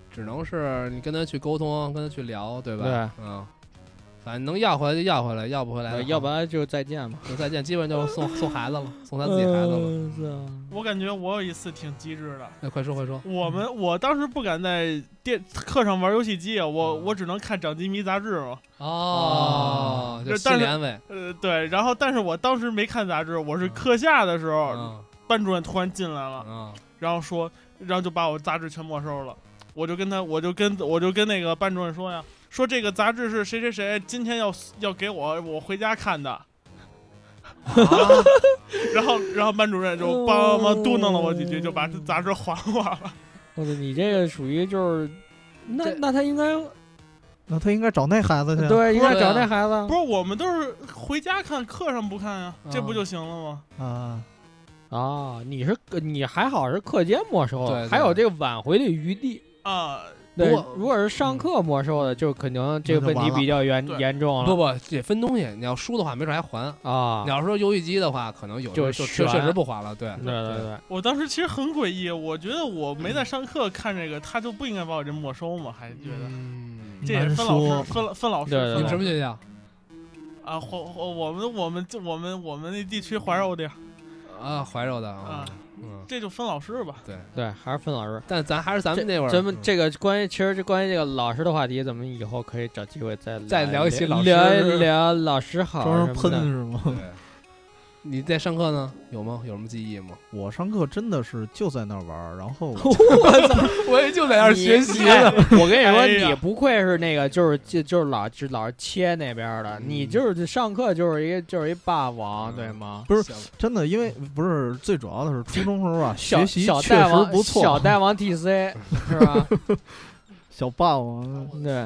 只能是你跟他去沟通，跟他去聊，对吧？对嗯，反正能要回来就要回来，要不回来呃的，要不然就再见嘛， 就再见，基本就是送送孩子了，送他自己孩子了。了，我感觉我有一次挺机智的。那、快说快 说，我们我当时不敢在电课上玩游戏机啊，我嗯我只能看《掌机迷》杂志嘛。哦，就这心但理是安慰，呃，对，然后但是我当时没看杂志，我是嗯课下的时哦候，嗯班主任突然进来啊了，嗯然后说，然后就把我杂志全没收了。我就跟他，我就跟我就跟那个班主任说呀，说这个杂志是谁谁谁今天要要给我，我回家看啊的。 然后，然后班主任就帮忙嘟囔了我几句，就把这杂志还我了。我操，你这个属于就是，那这那他应该那他应该找那孩子 去。，对应该对找啊那孩不子是，我们都是回家看，课上不看呀，这嗯不就行了吗？啊，啊，你是你还好是课间没收对了，对还有这个挽回的余地。啊，对如果，如果是上嗯课没收的，就肯定这那个就问完题了比较严对严重不了不，也分东西，你要书的话没准还还。啊你！要说游戏机的话，可能有时候就就确悬确实不还了，对对对对，我当时其实很诡异，我觉得我没嗯在上课看这个，他就不应该把我这没收嘛，还觉得嗯，这也是分老难师，说分分老师，对分你老们师什么学校？啊，华华我们我们这我们我们那地区怀柔的呀，啊，怀柔的啊，嗯，这就分老师吧。对，还是分老师。但咱还是咱们那会儿，咱们这个关于其实这关于这个老师的话题，咱们以后可以找机会再再聊聊一期老聊一师聊老师好专什门么喷的。是吗？对 你在上课呢，有吗？有什么记忆吗？我上课真的是就在那儿玩儿，然 后 我也就在那你哎我跟哎你说，呀你不愧是那个，就是就就是老就老是切那边儿的，你嗯就是上课就是一个就是一霸王，对吗？不是真的，因为不是最主要的是初中 时候啊，小学习小确大实王，不小错，大王 TC 是吧？小霸王。对，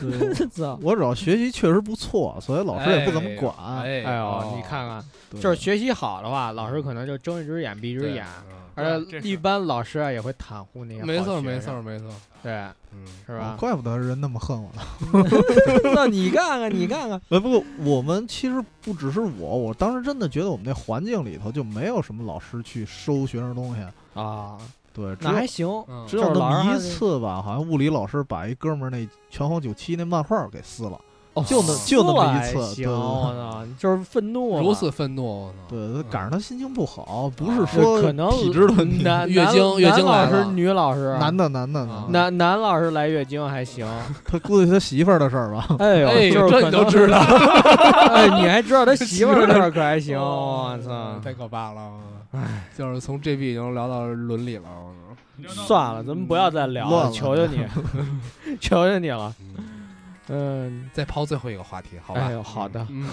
对操！我主要学习确实不错，所以老师也不怎么管。哎哎呦，你看看，对就是学习好的话，老师可能就睁一只眼闭一一只眼，对而这且是一般老师啊也会袒护那些好哎没错学没生，错没错，对，嗯，是哦 吧？怪不得人那么恨我呢。那 你看看，你看看， 哎，不过我们其实不只是我，我当时真的觉得我们那环境里头就没有什么老师去收学生东西。啊，对，只那还有行，嗯只就有是那老师么还一是次吧，好像物理老师把一哥们儿那《拳皇九七》那漫画给撕了，哦，就能就那么一次还，行，对我操，就是愤怒了，如此愤怒，我操！对，嗯赶上他心情不好，不是啊就说可能体质的问题，男月男经月经来男老了师、女老师，男的男的，啊男的男男老师来月经还行，他估计他媳妇儿的事儿吧，哎哎，呦，就是这可你都能知道，哎，你还知道他媳妇儿那儿可还行，我操！ 太可怕了！哎，就是从 GB 已经聊到伦理了，我操算了，咱们不要再聊嗯乱了求求你， 求求你了。嗯，再抛最后一个话题，好吧？哎呦，好的，嗯，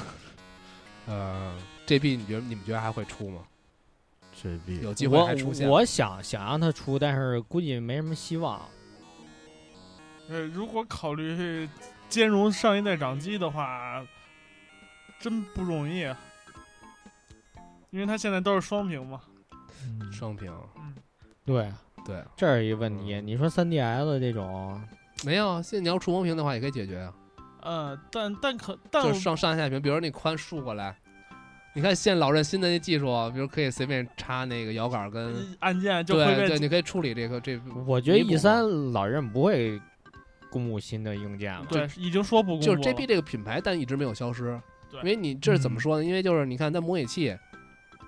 呃，JB，你觉得你们觉得还会出吗？ 这逼有机会我还出现？我想想让他出，但是估计没什么希望。呃，如果考虑兼容上一代掌机的话，真不容易啊，因为它现在都是双屏嘛。嗯双屏对，对，这是一个问嗯题。你说 3DS 这种，没有。啊现在你要触摸屏的话，也可以解决啊，呃，但但可 但就是上上下屏，比如说你宽竖过来。你看现在老任新的那技术，啊比如可以随便插那个摇杆跟呃按键就会对对，被你可以处理这个这我觉得弥补 E 嘛3老任不会公布新的硬件了。对已经说不公布就是了 JB 这个品牌，但一直没有消失。对因为你这是怎么说呢？因为就是你看它模拟器，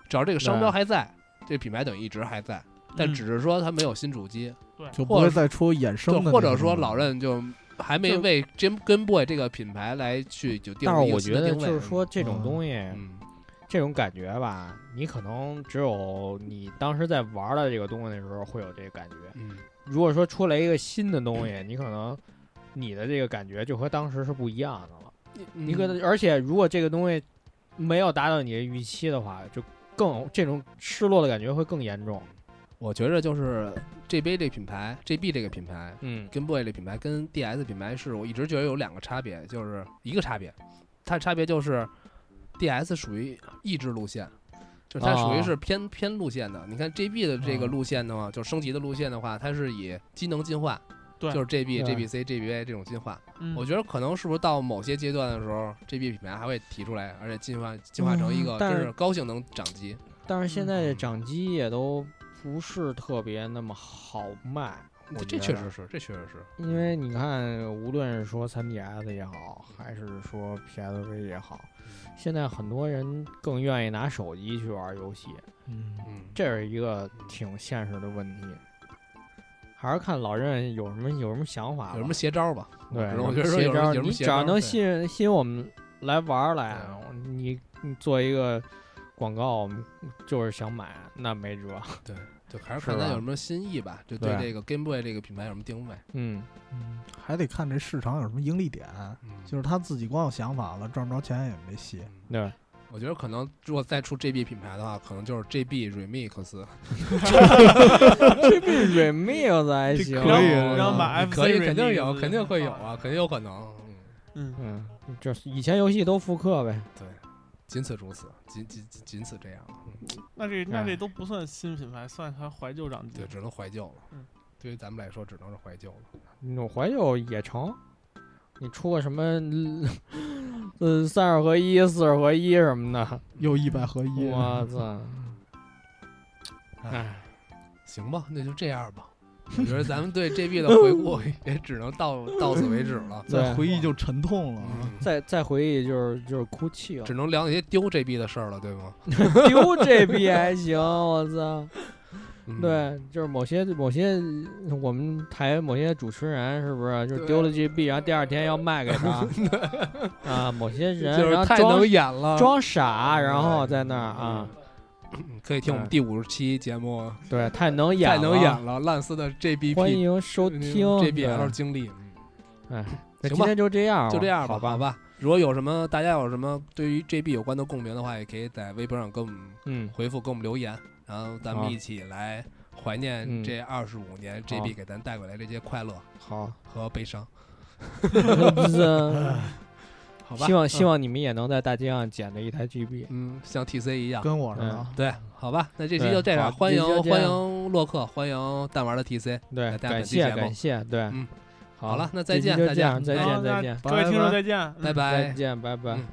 只要这个商标嗯对啊还在，这品牌等于一直还在，但嗯只是说它没有新主机，就不会再出衍就生的，或者说老。任就还没就为 Jim Gun Boy 这个品牌来去就定但了一是个我新觉的得定位。就是说这种嗯东西，嗯，这种感觉吧，你可能只有你当时在玩的这个东西的时候会有这个感觉。嗯如果说出来一个新的东西，你可能你的这个感觉就和当时是不一样的了。嗯，你可能，而且如果这个东西没有达到你的预期的话，就更这种失落的感觉会更严重。我觉着就是 JB 这品牌，JB 这个品牌。嗯 Game Boy 这品牌跟 DS 品牌是我一直觉得有两个差别，就是一个差别，它的差别就是 DS 属于益智路线，就是它属于哦是偏、偏路线的。你看 JB 的这个哦路线的话，就升级的路线的话，它是以机能进化，对就是 JB、对 JBC、JBA 这种进化。嗯我觉得可能是不是到某些阶段的时候，JB 品牌还会提出来，而且进化进化成一个嗯真但是是高性能掌机。但是现在的掌机也都不是特别那么好卖，我这这觉确得实是，这确实是。因为你看，无论是说 3DS 也好，还是说 PSV 也好，嗯现在很多人更愿意拿手机去玩游戏，嗯，嗯，这是一个挺现实的问题。还是看老任有什么有什么想法吧，有什么邪招吧？对，我有觉得什么说有邪什么招有什么你邪只要招能对吸引吸引我们来玩儿来，你你做一个广告，我们就是想买，那没 辙。就还是是看它吧有什么新意吧，就对对这个 Game Boy 这个品牌有什么定位。嗯，嗯还得看这市场有什么盈利点，嗯就是他自己光有想法了，赚不着钱也没戏。对，我觉得可能如果再出 JB 品牌的话，可能就是 JB Remix，这比 remix 还这行，可以嗯然后买 FC 可以肯定 Remix 有，肯定会有啊，肯定有可能，嗯嗯嗯，就是以前游戏都复刻呗。对，仅此如此，仅仅仅仅此这样，嗯那这那哎这都不算新品牌，算它怀旧掌机对，。只能怀旧了嗯。对于咱们来说，只能是怀旧了。那种怀旧也成。你出个什么， 呃，三十合一、四十合一什么的，又一百合一，我操！哎，行吧，那就这样 吧。我觉得咱们对 JB 的回 顾也只能到到此为止了，再对回忆就沉痛了。嗯再再回忆就是就是哭泣了只，能聊那些丢 JB 的事儿了，对吗？丢这逼还 行，我操！嗯，对，就是某些某些我们台某些主持人是不是就是对丢了这币，然后第二天要卖给 他啊？某些就人然是后太装能嗯演了。装傻，然后在那儿啊，可以听我们嗯第五十期节目，对，太能演太了，能演了，烂丝的欢 JBP 迎收嗯听 JBL 对经历，哎，那今行吧天就这样，就这样吧，吧，好吧，吧。如果有什么大家有什么对于 JB 有关的共鸣的话，也可以在微博上跟我们嗯，回复，跟我们留言，然后咱好们一起来怀念嗯这二十五年好 JB 给咱带过来这些快乐好， 和悲伤，就是好吧希？望希嗯望你们也能在大街上捡着一台 GB。嗯，像 TC 一样，跟我似的，对，好吧。那这期对就这样，好欢这迎期就这欢样迎洛克，欢迎弹丸的 TC，对来，大家本感期节谢目感谢，对嗯，好好了那再这期见就大这家样，再好见那再见，各位拜听众拜再见，拜嗯拜再。见，拜拜嗯。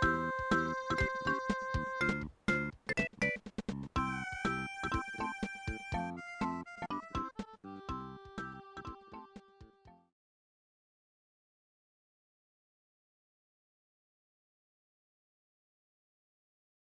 见。